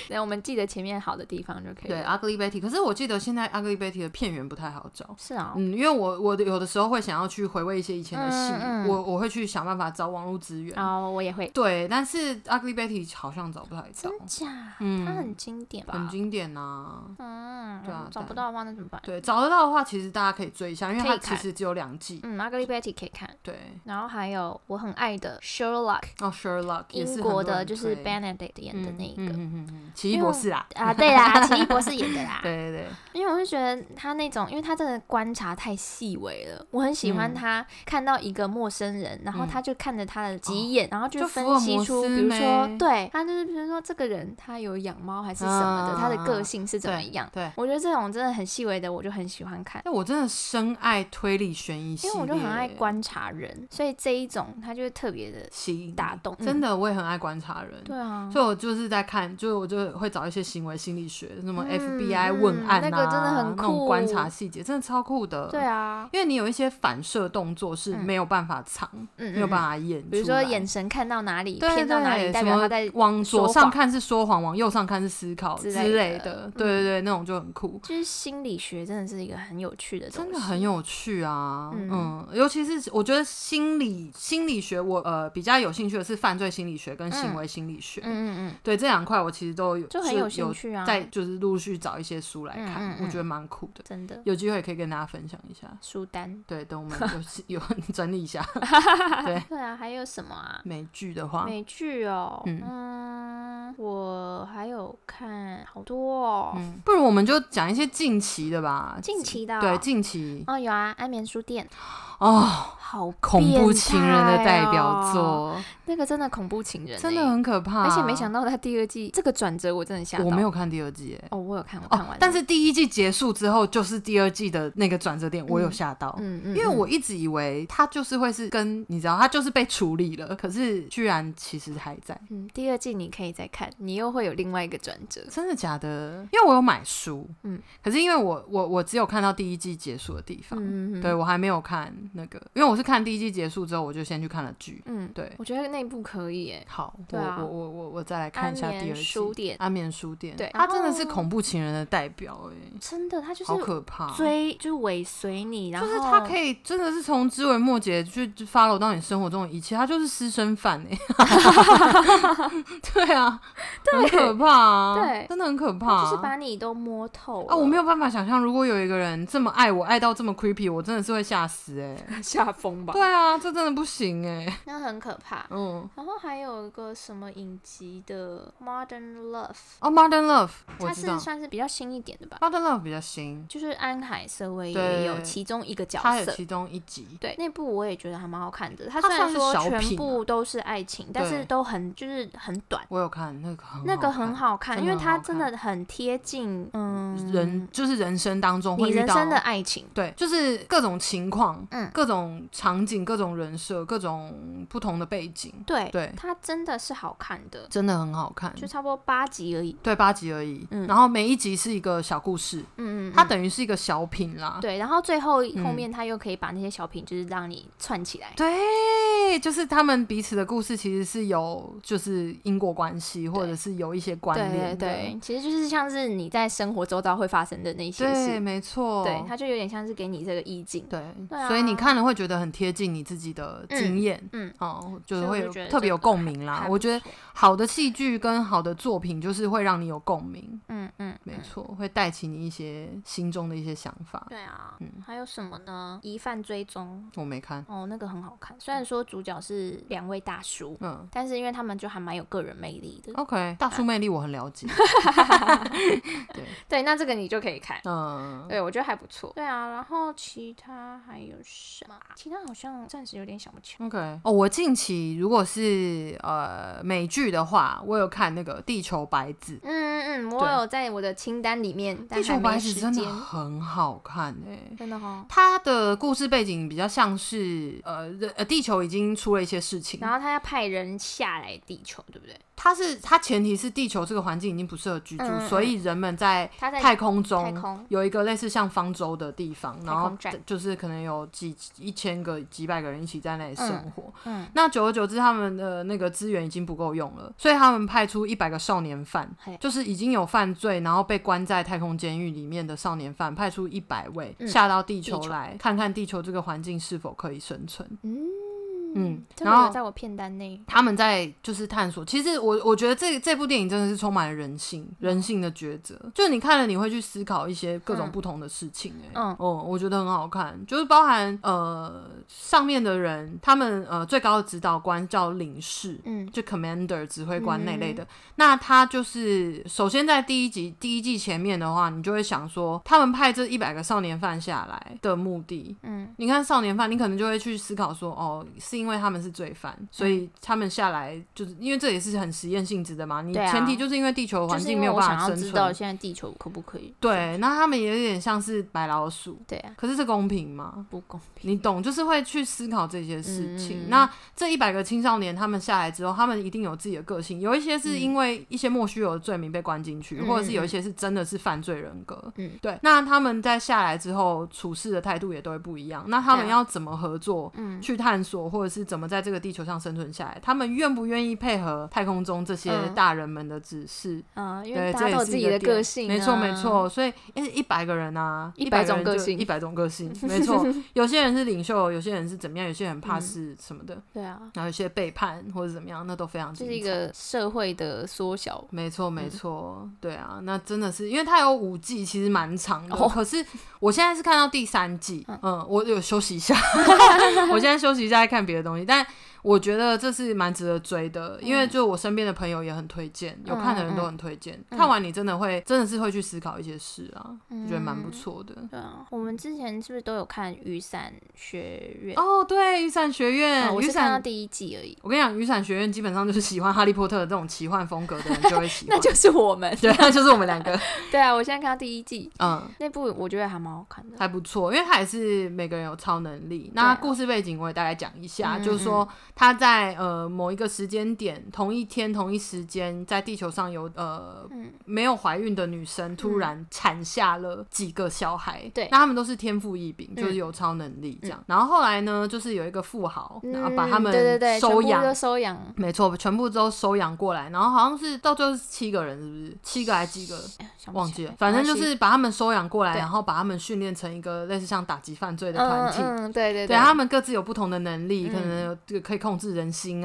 [SPEAKER 1] 那我们记得前面好的地方就可以
[SPEAKER 2] 对
[SPEAKER 1] 了。
[SPEAKER 2] ，Ugly Betty，可是我记得现在 Ugly Betty 的片源不太好找。
[SPEAKER 1] 是啊，
[SPEAKER 2] 嗯，因为我我的有的时候会想要去回味一些以前的戏，
[SPEAKER 1] 嗯嗯
[SPEAKER 2] 我我会去想办法找网络资源。
[SPEAKER 1] 哦，我也会，
[SPEAKER 2] 对，但是 Ugly Betty 好像找不太到，
[SPEAKER 1] 真假？
[SPEAKER 2] 嗯
[SPEAKER 1] 它很经典吧？
[SPEAKER 2] 很经典呐、
[SPEAKER 1] 嗯，
[SPEAKER 2] 对啊
[SPEAKER 1] 找
[SPEAKER 2] 但
[SPEAKER 1] 不到的话那怎么办？
[SPEAKER 2] 对，找得到的话，其实大家可以追一下，因为
[SPEAKER 1] 可
[SPEAKER 2] 它
[SPEAKER 1] 以
[SPEAKER 2] 其
[SPEAKER 1] 看
[SPEAKER 2] 实只有两季。
[SPEAKER 1] 嗯，玛格丽贝蒂可以看，
[SPEAKER 2] 对，
[SPEAKER 1] 然后还有我很爱的 Sherlock，
[SPEAKER 2] 哦，Sherlock 也是
[SPEAKER 1] 英
[SPEAKER 2] 很
[SPEAKER 1] 国
[SPEAKER 2] 多
[SPEAKER 1] 的
[SPEAKER 2] 人
[SPEAKER 1] 就是 b
[SPEAKER 2] 追
[SPEAKER 1] e n e d i c t 演的那一
[SPEAKER 2] 嗯
[SPEAKER 1] 个。
[SPEAKER 2] 嗯嗯嗯嗯奇异
[SPEAKER 1] 因为
[SPEAKER 2] 博
[SPEAKER 1] 我
[SPEAKER 2] 士啊，
[SPEAKER 1] 啊，对 啦，奇异博士演的啦。
[SPEAKER 2] 对对对，
[SPEAKER 1] 因为我就觉得他那种，因为他真的观察太细微了，我很喜欢
[SPEAKER 2] 嗯
[SPEAKER 1] 他看到一个陌生人，然后他就看着他的几眼，然后
[SPEAKER 2] 就
[SPEAKER 1] 就
[SPEAKER 2] 福
[SPEAKER 1] 分
[SPEAKER 2] 尔
[SPEAKER 1] 析
[SPEAKER 2] 摩
[SPEAKER 1] 出，
[SPEAKER 2] 斯
[SPEAKER 1] 比如说
[SPEAKER 2] 咩，
[SPEAKER 1] 对他就是比如说这个人他有养猫还是什么的，他的
[SPEAKER 2] 啊
[SPEAKER 1] 个性是怎么
[SPEAKER 2] 对
[SPEAKER 1] 样。
[SPEAKER 2] 对，
[SPEAKER 1] 我觉得这种真的很细微的，我就很喜欢看，
[SPEAKER 2] 但哎我真的深爱推理悬疑系
[SPEAKER 1] 因
[SPEAKER 2] 列，
[SPEAKER 1] 为我就很爱观察人，所以这一种他就会特别的
[SPEAKER 2] 吸引
[SPEAKER 1] 打动。嗯
[SPEAKER 2] 真的，我也很爱观察人。
[SPEAKER 1] 对啊，
[SPEAKER 2] 所以我就是在看，就是我就会找一些行为心理学，什么
[SPEAKER 1] 嗯
[SPEAKER 2] FBI
[SPEAKER 1] 嗯
[SPEAKER 2] 问案啊，
[SPEAKER 1] 那个真的很
[SPEAKER 2] 那种观察
[SPEAKER 1] 酷
[SPEAKER 2] 细节，真的超酷的。
[SPEAKER 1] 对，啊，
[SPEAKER 2] 因为你有一些反射动作是没有办法藏，
[SPEAKER 1] 嗯，
[SPEAKER 2] 没有办
[SPEAKER 1] 法，
[SPEAKER 2] 法演出来，
[SPEAKER 1] 比如说眼神看到哪里，
[SPEAKER 2] 对
[SPEAKER 1] 偏到哪
[SPEAKER 2] 对
[SPEAKER 1] 里，代
[SPEAKER 2] 什
[SPEAKER 1] 表
[SPEAKER 2] 么
[SPEAKER 1] 他在
[SPEAKER 2] 往左
[SPEAKER 1] 说
[SPEAKER 2] 上
[SPEAKER 1] 谎
[SPEAKER 2] 看是说谎，往右上看是思考
[SPEAKER 1] 之类的
[SPEAKER 2] 类的。
[SPEAKER 1] 嗯
[SPEAKER 2] 对对对，那种就很酷。
[SPEAKER 1] 就是心理学真的是一个很有趣的东西，
[SPEAKER 2] 真的很有趣啊，嗯
[SPEAKER 1] 嗯
[SPEAKER 2] 尤其是我觉得心理心理学我，呃比较有兴趣的是犯罪心理学跟行为心理学，
[SPEAKER 1] 嗯嗯
[SPEAKER 2] 对这两块我其实都有
[SPEAKER 1] 嗯，就很有
[SPEAKER 2] 有
[SPEAKER 1] 兴趣啊，
[SPEAKER 2] 在就是陆续找一些书来看，
[SPEAKER 1] 嗯嗯嗯
[SPEAKER 2] 我觉得蛮酷的，
[SPEAKER 1] 真的
[SPEAKER 2] 有机会也可以跟大家分享一下。
[SPEAKER 1] 书单。
[SPEAKER 2] 对，等我们 有有整理 一下对
[SPEAKER 1] 对啊，还有什么啊？
[SPEAKER 2] 美剧的话，
[SPEAKER 1] 美剧哦，
[SPEAKER 2] 嗯
[SPEAKER 1] 嗯，我还有看好多哦，
[SPEAKER 2] 嗯，不如我们就讲一些近期的吧，
[SPEAKER 1] 近期的哦
[SPEAKER 2] 对近期
[SPEAKER 1] 哦有啊，《安眠书店》
[SPEAKER 2] 哦，
[SPEAKER 1] 好
[SPEAKER 2] 恐怖
[SPEAKER 1] 变
[SPEAKER 2] 情人的
[SPEAKER 1] 态
[SPEAKER 2] 代表
[SPEAKER 1] 哦，
[SPEAKER 2] 作，
[SPEAKER 1] 那个真的恐怖情人欸，
[SPEAKER 2] 真的很可怕，
[SPEAKER 1] 而且没想到他第二季这个转折，我真的吓到。
[SPEAKER 2] 我没有看第二季耶。
[SPEAKER 1] 哦，我有看，我
[SPEAKER 2] 哦
[SPEAKER 1] 看完了，
[SPEAKER 2] 但是第一季结束之后，就是第二季的那个转折点，我有吓到。
[SPEAKER 1] 嗯嗯，
[SPEAKER 2] 因为
[SPEAKER 1] 嗯
[SPEAKER 2] 我一直以为他就是会是跟你知道，他就是被处理了，可是居然其实还在，
[SPEAKER 1] 嗯第二季你可以再看，你又会有另外一个转折。
[SPEAKER 2] 真的假的？因为我有买书，嗯
[SPEAKER 1] 嗯，
[SPEAKER 2] 可是因为我我我只有看到第一季结束的地方，
[SPEAKER 1] 嗯嗯嗯
[SPEAKER 2] 对我还没有看那个，因为我是看第一季结束之后，我就先去看了剧，
[SPEAKER 1] 嗯，
[SPEAKER 2] 对，
[SPEAKER 1] 我觉得那部可以诶。
[SPEAKER 2] 好，我、
[SPEAKER 1] 对啊
[SPEAKER 2] 我我我我再来看一下
[SPEAKER 1] 安
[SPEAKER 2] 第
[SPEAKER 1] 眠
[SPEAKER 2] 二季啊
[SPEAKER 1] 书店
[SPEAKER 2] 安眠书店，
[SPEAKER 1] 对
[SPEAKER 2] 他真的是
[SPEAKER 1] 然后
[SPEAKER 2] 恐怖情人的代表、哎、
[SPEAKER 1] 真的，他就
[SPEAKER 2] 好
[SPEAKER 1] 是
[SPEAKER 2] 可怕，哦啊
[SPEAKER 1] 追，就尾随你，然
[SPEAKER 2] 就
[SPEAKER 1] 后
[SPEAKER 2] 是他可以真的是从枝微末节去 follow 到你生活中的一切，他就是私生饭哎、 对啊，很可怕啊，
[SPEAKER 1] 对
[SPEAKER 2] 真的很可怕、
[SPEAKER 1] 他
[SPEAKER 2] 啊，
[SPEAKER 1] 就是把你都摸透
[SPEAKER 2] 啊，我没
[SPEAKER 1] 有
[SPEAKER 2] 有办法想象，如果有一个人这么爱我，爱到这么 creepy，我真的是会 吓死哎、
[SPEAKER 1] 下风吧
[SPEAKER 2] 对啊，这真的不行哎、
[SPEAKER 1] 那很可怕。
[SPEAKER 2] 嗯，
[SPEAKER 1] 然后还有一个什么影集的《Modern Love》，
[SPEAKER 2] 哦，Modern Love，我
[SPEAKER 1] 它
[SPEAKER 2] 知
[SPEAKER 1] 是
[SPEAKER 2] 道
[SPEAKER 1] 算是比较新一点的吧，
[SPEAKER 2] ，Modern Love 比较新，
[SPEAKER 1] 就是安海瑟薇
[SPEAKER 2] 对
[SPEAKER 1] 也有其中一个角
[SPEAKER 2] 它有
[SPEAKER 1] 色。
[SPEAKER 2] 其中一集，
[SPEAKER 1] 对，那部我也觉得还蛮好看的。它
[SPEAKER 2] 它
[SPEAKER 1] 虽然
[SPEAKER 2] 算是
[SPEAKER 1] 说
[SPEAKER 2] 小品
[SPEAKER 1] 全
[SPEAKER 2] 啊
[SPEAKER 1] 部都是爱情，但
[SPEAKER 2] 对
[SPEAKER 1] 是都很就是很短，
[SPEAKER 2] 我有看那个很
[SPEAKER 1] 那个
[SPEAKER 2] 好看
[SPEAKER 1] 很好看，
[SPEAKER 2] 真
[SPEAKER 1] 因
[SPEAKER 2] 的
[SPEAKER 1] 为
[SPEAKER 2] 很
[SPEAKER 1] 它
[SPEAKER 2] 好
[SPEAKER 1] 真的很贴近嗯
[SPEAKER 2] 人就是人生当中
[SPEAKER 1] 你
[SPEAKER 2] 会遇
[SPEAKER 1] 人
[SPEAKER 2] 到
[SPEAKER 1] 生的爱情。
[SPEAKER 2] 对，就是各种情况，
[SPEAKER 1] 嗯
[SPEAKER 2] 各种场景、各种人设、各种不同的背景，
[SPEAKER 1] 对，
[SPEAKER 2] 对嗯
[SPEAKER 1] 它真的是好看的，
[SPEAKER 2] 真的很好看。
[SPEAKER 1] 就差不多八集而已。
[SPEAKER 2] 对，八集而已，
[SPEAKER 1] 嗯
[SPEAKER 2] 然后每一集是一个小故事，
[SPEAKER 1] 嗯嗯，
[SPEAKER 2] 它
[SPEAKER 1] 嗯
[SPEAKER 2] 等于是一个小品啦。
[SPEAKER 1] 对，然后最后
[SPEAKER 2] 嗯
[SPEAKER 1] 后面他又可以把那些小品就是让你串起来。
[SPEAKER 2] 对，就是他们彼此的故事其实是有就是因果关系，或者是有一些关
[SPEAKER 1] 对对
[SPEAKER 2] 联的。
[SPEAKER 1] 对，其实就是像是你在生活周遭会发生的那些
[SPEAKER 2] 对
[SPEAKER 1] 事，
[SPEAKER 2] 没错，
[SPEAKER 1] 对，它就有点像是给你这个意境。
[SPEAKER 2] 对
[SPEAKER 1] 对啊
[SPEAKER 2] 所以你看了会觉得很贴近你自己的经验。
[SPEAKER 1] 嗯，
[SPEAKER 2] 哦，就是
[SPEAKER 1] 所以我
[SPEAKER 2] 会
[SPEAKER 1] 就
[SPEAKER 2] 有
[SPEAKER 1] 觉得
[SPEAKER 2] 特别
[SPEAKER 1] 这
[SPEAKER 2] 有
[SPEAKER 1] 个
[SPEAKER 2] 共鸣啦
[SPEAKER 1] 还。不
[SPEAKER 2] 我觉得
[SPEAKER 1] 错，
[SPEAKER 2] 好的戏剧跟好的作品，就是会让你有共鸣，
[SPEAKER 1] 嗯嗯，
[SPEAKER 2] 没
[SPEAKER 1] 嗯。
[SPEAKER 2] 错，会带起你一些心中的一些想法。
[SPEAKER 1] 对啊，
[SPEAKER 2] 嗯
[SPEAKER 1] 还有什么呢？疑犯追踪，
[SPEAKER 2] 我没看，
[SPEAKER 1] 哦，那个很好看。虽然说主角是两位大叔，
[SPEAKER 2] 嗯
[SPEAKER 1] 但是因为他们就还蛮有个人魅力的。
[SPEAKER 2] ，OK，大叔魅力我很了 解，
[SPEAKER 1] 对，那这个你就可以看。
[SPEAKER 2] 嗯，
[SPEAKER 1] 对，我觉得还不错。对啊，然后其他还有什么啊？其他好像暂时有点想不起来。
[SPEAKER 2] OK，哦，我近期如果是呃美剧的话，我有看那个《地球白子》，
[SPEAKER 1] 嗯嗯嗯，我
[SPEAKER 2] 对
[SPEAKER 1] 有在我的清单里面，
[SPEAKER 2] 《地
[SPEAKER 1] 但
[SPEAKER 2] 球
[SPEAKER 1] 还
[SPEAKER 2] 白
[SPEAKER 1] 没
[SPEAKER 2] 子
[SPEAKER 1] 时》
[SPEAKER 2] 真的
[SPEAKER 1] 间。
[SPEAKER 2] 很好看哎、
[SPEAKER 1] 真的哦哈、
[SPEAKER 2] 它的故事背景比较像是呃人呃地球已经出了一些事情
[SPEAKER 1] 然，后他要派人下来地球，对不对？
[SPEAKER 2] 它是它前提是地球这个环境已经不适合居住，
[SPEAKER 1] 嗯嗯嗯
[SPEAKER 2] 所以人们在
[SPEAKER 1] 他在
[SPEAKER 2] 太空中
[SPEAKER 1] 太空
[SPEAKER 2] 有一个类似像方舟的地方，然
[SPEAKER 1] 太
[SPEAKER 2] 后
[SPEAKER 1] 空站
[SPEAKER 2] 就是可能有几一千个、几百个人一起在那里生活。
[SPEAKER 1] 嗯
[SPEAKER 2] 那久而久之，他们的那个资源已经不够用了，所以他们派出一百个少年犯
[SPEAKER 1] 嘿，
[SPEAKER 2] 就是已经有犯罪，然后被关在太空监狱里面的少年犯，派出一百位
[SPEAKER 1] 嗯
[SPEAKER 2] 下到地球
[SPEAKER 1] 地球
[SPEAKER 2] 来，看看地球这个环境是否可以生存。
[SPEAKER 1] 嗯
[SPEAKER 2] 嗯
[SPEAKER 1] 这
[SPEAKER 2] 然
[SPEAKER 1] 没有
[SPEAKER 2] 后
[SPEAKER 1] 在我片单内，
[SPEAKER 2] 他们在就是探索。其实我我觉得这这部电影真的是充满了人性，人性的抉择。就你看了，你会去思考一些各种
[SPEAKER 1] 嗯
[SPEAKER 2] 不同的事情、欸。
[SPEAKER 1] 嗯
[SPEAKER 2] 哦，我觉得很好看，就是包含呃上面的人，他们呃最高的指导官叫领事。
[SPEAKER 1] 嗯
[SPEAKER 2] 就 commander 指挥官那类的，
[SPEAKER 1] 嗯
[SPEAKER 2] 那他就是首先在第一集第一季前面的话，你就会想说，他们派这一百个少年犯下来的目的，
[SPEAKER 1] 嗯
[SPEAKER 2] 你看少年犯，你可能就会去思考说，哦，是因为他们是罪犯，所以
[SPEAKER 1] 嗯
[SPEAKER 2] 他们下来就是因为这也是很实验性质的嘛。你
[SPEAKER 1] 对啊
[SPEAKER 2] 前提就是因为地球
[SPEAKER 1] 就
[SPEAKER 2] 环
[SPEAKER 1] 是因
[SPEAKER 2] 境
[SPEAKER 1] 为
[SPEAKER 2] 没有
[SPEAKER 1] 我
[SPEAKER 2] 办
[SPEAKER 1] 想
[SPEAKER 2] 法
[SPEAKER 1] 要
[SPEAKER 2] 生
[SPEAKER 1] 知道
[SPEAKER 2] 存，
[SPEAKER 1] 现在地球可不可以？
[SPEAKER 2] 对，那他们也有点像是白老鼠，
[SPEAKER 1] 对啊，
[SPEAKER 2] 可是这公平吗？
[SPEAKER 1] 不公平。
[SPEAKER 2] 你懂，就是会去思考这些事情。
[SPEAKER 1] 嗯
[SPEAKER 2] 那这一百个青少年他们下来之后，他们一定有自己的个性，有一些是因为一些莫须有的罪名被关进去，
[SPEAKER 1] 嗯
[SPEAKER 2] 或者是有一些是真的是犯罪人格。
[SPEAKER 1] 嗯
[SPEAKER 2] 对。那他们在下来之后处事的态度也都会不一样。那他们
[SPEAKER 1] 对啊
[SPEAKER 2] 要怎么合作？
[SPEAKER 1] 嗯
[SPEAKER 2] 去探索，或者是怎么在这个地球上生存下来，他们愿不愿意配合太空中这些
[SPEAKER 1] 嗯
[SPEAKER 2] 大人们的指示？
[SPEAKER 1] 啊，因
[SPEAKER 2] 对，
[SPEAKER 1] 为
[SPEAKER 2] 这
[SPEAKER 1] 大家
[SPEAKER 2] 也
[SPEAKER 1] 都有
[SPEAKER 2] 是
[SPEAKER 1] 自
[SPEAKER 2] 一
[SPEAKER 1] 己的
[SPEAKER 2] 点
[SPEAKER 1] 个性、啊
[SPEAKER 2] 没错没。错。所以一百个人啊，
[SPEAKER 1] 100
[SPEAKER 2] 100
[SPEAKER 1] 种个性
[SPEAKER 2] 一百种 个性，没错。有些人是领袖，有些人是怎么样，有些人怕
[SPEAKER 1] 嗯
[SPEAKER 2] 是什么的，
[SPEAKER 1] 对啊，
[SPEAKER 2] 然后有些背叛或者怎么样，那都非常
[SPEAKER 1] 这
[SPEAKER 2] 精
[SPEAKER 1] 是
[SPEAKER 2] 彩。
[SPEAKER 1] 一个社会的缩小。
[SPEAKER 2] 没错，没
[SPEAKER 1] 嗯
[SPEAKER 2] 错，对啊，那真的是因为它有五季，其实蛮长的。
[SPEAKER 1] 哦
[SPEAKER 2] 可是我现在是看到第三季，嗯
[SPEAKER 1] 嗯
[SPEAKER 2] 我有休息 一下，我现在休息一下在看别的东西，但我觉得这是蛮值得追的，因为就我身边的朋友也很推荐，有看的人都很推荐，
[SPEAKER 1] 嗯
[SPEAKER 2] 看完你真的会真的是会去思考一些事啊，
[SPEAKER 1] 嗯
[SPEAKER 2] 我觉得蛮不错的。
[SPEAKER 1] 对啊，我们之前是不是都有看《雨伞学院》
[SPEAKER 2] 哦，对，雨伞学
[SPEAKER 1] 啊
[SPEAKER 2] 院，
[SPEAKER 1] 我
[SPEAKER 2] 雨
[SPEAKER 1] 是看到
[SPEAKER 2] 伞。
[SPEAKER 1] 第一季 而已，
[SPEAKER 2] 我跟你讲，雨伞学院基本上就是喜欢哈利波特的这种奇幻风格的人就会喜 欢，
[SPEAKER 1] 那就是我们。
[SPEAKER 2] 对，那就是我们两个，
[SPEAKER 1] 对啊，我现在看到第一季
[SPEAKER 2] 嗯，
[SPEAKER 1] 那部，我觉得还蛮好看的。
[SPEAKER 2] 还不错，因为他也是每个人有超能力。
[SPEAKER 1] 对
[SPEAKER 2] 那
[SPEAKER 1] 啊
[SPEAKER 2] 故事背景我也大概讲一下，
[SPEAKER 1] 嗯
[SPEAKER 2] 就是说他在呃某一个时间点，同一天同一时间，在地球上有呃。
[SPEAKER 1] 嗯
[SPEAKER 2] 没有怀孕的女生突然产下了几个小孩，
[SPEAKER 1] 对
[SPEAKER 2] 那他们都是天赋异禀，
[SPEAKER 1] 嗯
[SPEAKER 2] 就是有超能力这样。然后后来呢，就是有一个富豪，然后
[SPEAKER 1] 嗯
[SPEAKER 2] 把他们
[SPEAKER 1] 对对对，
[SPEAKER 2] 收
[SPEAKER 1] 全部
[SPEAKER 2] 养，
[SPEAKER 1] 都收养，
[SPEAKER 2] 没错，全部都收养过来。然后好像是到最后是七个人，是不是？七个还是几个？
[SPEAKER 1] 哎想不
[SPEAKER 2] 忘
[SPEAKER 1] 起
[SPEAKER 2] 记
[SPEAKER 1] 来嗯
[SPEAKER 2] 了，反正就。
[SPEAKER 1] 没关系
[SPEAKER 2] 是把他们收养过来，
[SPEAKER 1] 对
[SPEAKER 2] 然后把他们训练成一个类似像打击犯罪的团体。
[SPEAKER 1] 嗯嗯，嗯对对
[SPEAKER 2] 对他们各自有不同的能力，
[SPEAKER 1] 嗯
[SPEAKER 2] 可能有这个可以控制人心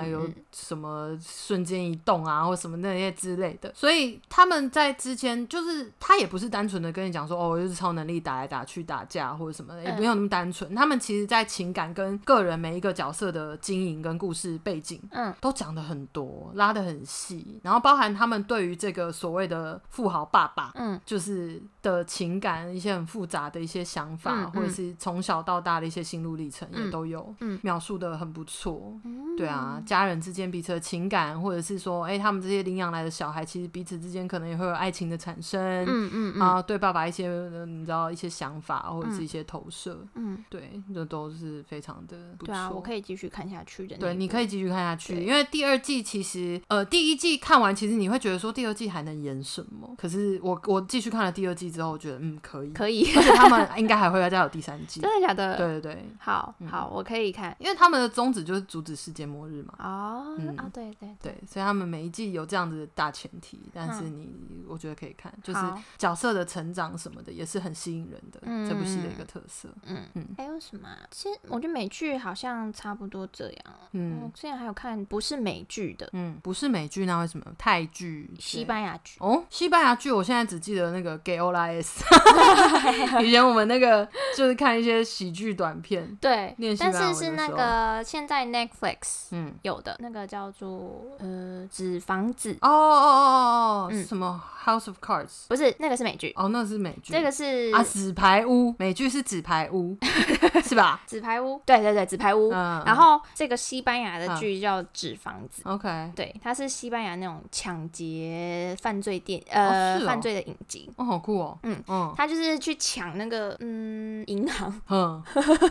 [SPEAKER 1] 嗯嗯嗯
[SPEAKER 2] 有什么瞬间移动啊，或什么那些之类的。所以他们在之间，就是他也不是单纯的跟你讲说，哦，我就是超能力打来打去打架或者什么的，也
[SPEAKER 1] 嗯
[SPEAKER 2] 没有那么单纯。他们其实，在情感跟个人每一个角色的经营跟故事背景，
[SPEAKER 1] 嗯，
[SPEAKER 2] 都讲的很多，拉的很细，然后包含他们对于这个所谓的富豪爸爸，
[SPEAKER 1] 嗯，
[SPEAKER 2] 就是的情感一些很复杂的一些想法，
[SPEAKER 1] 嗯
[SPEAKER 2] 或者是从小到大的一些心路历程，也
[SPEAKER 1] 嗯
[SPEAKER 2] 都有、
[SPEAKER 1] 嗯哦
[SPEAKER 2] 描述的很不错。对啊，家人之间彼此的情感，或者是说，哎、他们这些领养来的小孩，其实彼此之间可能也会有爱情的产生。
[SPEAKER 1] 嗯嗯嗯，
[SPEAKER 2] 啊，对爸爸一些呃你知道一些想法或者是一些投射，
[SPEAKER 1] 嗯，
[SPEAKER 2] 对，这都是非常的不
[SPEAKER 1] 对
[SPEAKER 2] 错。
[SPEAKER 1] 啊，我可以继续看下去的。
[SPEAKER 2] 对，你可
[SPEAKER 1] 以，
[SPEAKER 2] 以继续看下去，
[SPEAKER 1] 对
[SPEAKER 2] 因为第二季其实，呃，第一季看完，其实你会觉得说第二季还能演什么？可是我我继续看了第二季之后，我觉得嗯可 以，
[SPEAKER 1] 可以，
[SPEAKER 2] 而且他们应该还会再有第三季。
[SPEAKER 1] 真的假的？
[SPEAKER 2] 对，对对，
[SPEAKER 1] 好
[SPEAKER 2] 嗯
[SPEAKER 1] 好，我可以看。
[SPEAKER 2] 因为他们的宗旨就是阻止世界末日嘛。
[SPEAKER 1] 哦
[SPEAKER 2] 嗯
[SPEAKER 1] 啊，对对，
[SPEAKER 2] 对，所以他们每一季有这样子的大前提，但是
[SPEAKER 1] 嗯
[SPEAKER 2] 你、我觉得可以看，就是
[SPEAKER 1] 好，
[SPEAKER 2] 角色的成长什么的也是很吸引人的，这部戏的一个
[SPEAKER 1] 嗯
[SPEAKER 2] 特色。
[SPEAKER 1] 嗯
[SPEAKER 2] 嗯
[SPEAKER 1] 嗯，还有什么啊？其实我觉得美剧好像差不多这样。我
[SPEAKER 2] 嗯
[SPEAKER 1] 之前还有看不是美剧的
[SPEAKER 2] 嗯，不是美剧那为什么泰剧之类
[SPEAKER 1] 西
[SPEAKER 2] 的
[SPEAKER 1] 班牙剧，
[SPEAKER 2] 哦，西班牙剧我现在只记得那个《给 o l a S》，以前我们那个就是看一些喜剧短片，
[SPEAKER 1] 对
[SPEAKER 2] 念，西
[SPEAKER 1] 但
[SPEAKER 2] 班牙
[SPEAKER 1] 是
[SPEAKER 2] 文
[SPEAKER 1] 是
[SPEAKER 2] 的
[SPEAKER 1] 那
[SPEAKER 2] 时候
[SPEAKER 1] 个现在 Netflix
[SPEAKER 2] 嗯，
[SPEAKER 1] 有的那个叫做呃纸房子，
[SPEAKER 2] 哦哦哦哦哦，
[SPEAKER 1] 嗯
[SPEAKER 2] 什么《House of Cards》，
[SPEAKER 1] 不是那个是美剧，
[SPEAKER 2] 哦，那是美剧，
[SPEAKER 1] 这个是
[SPEAKER 2] 啊，《纸牌屋》，美剧是《纸牌屋》，是吧？
[SPEAKER 1] 纸牌屋，对对对，纸牌屋。
[SPEAKER 2] 嗯，
[SPEAKER 1] 然后这个西班牙
[SPEAKER 2] 嗯
[SPEAKER 1] 的剧叫《纸房子》，
[SPEAKER 2] OK，
[SPEAKER 1] 对，它是西班牙那种抢劫犯罪电呃、
[SPEAKER 2] 是哦
[SPEAKER 1] 犯罪的影集。
[SPEAKER 2] 哦，好酷哦，
[SPEAKER 1] 嗯
[SPEAKER 2] 嗯
[SPEAKER 1] 他就是去抢那个嗯银行，
[SPEAKER 2] 嗯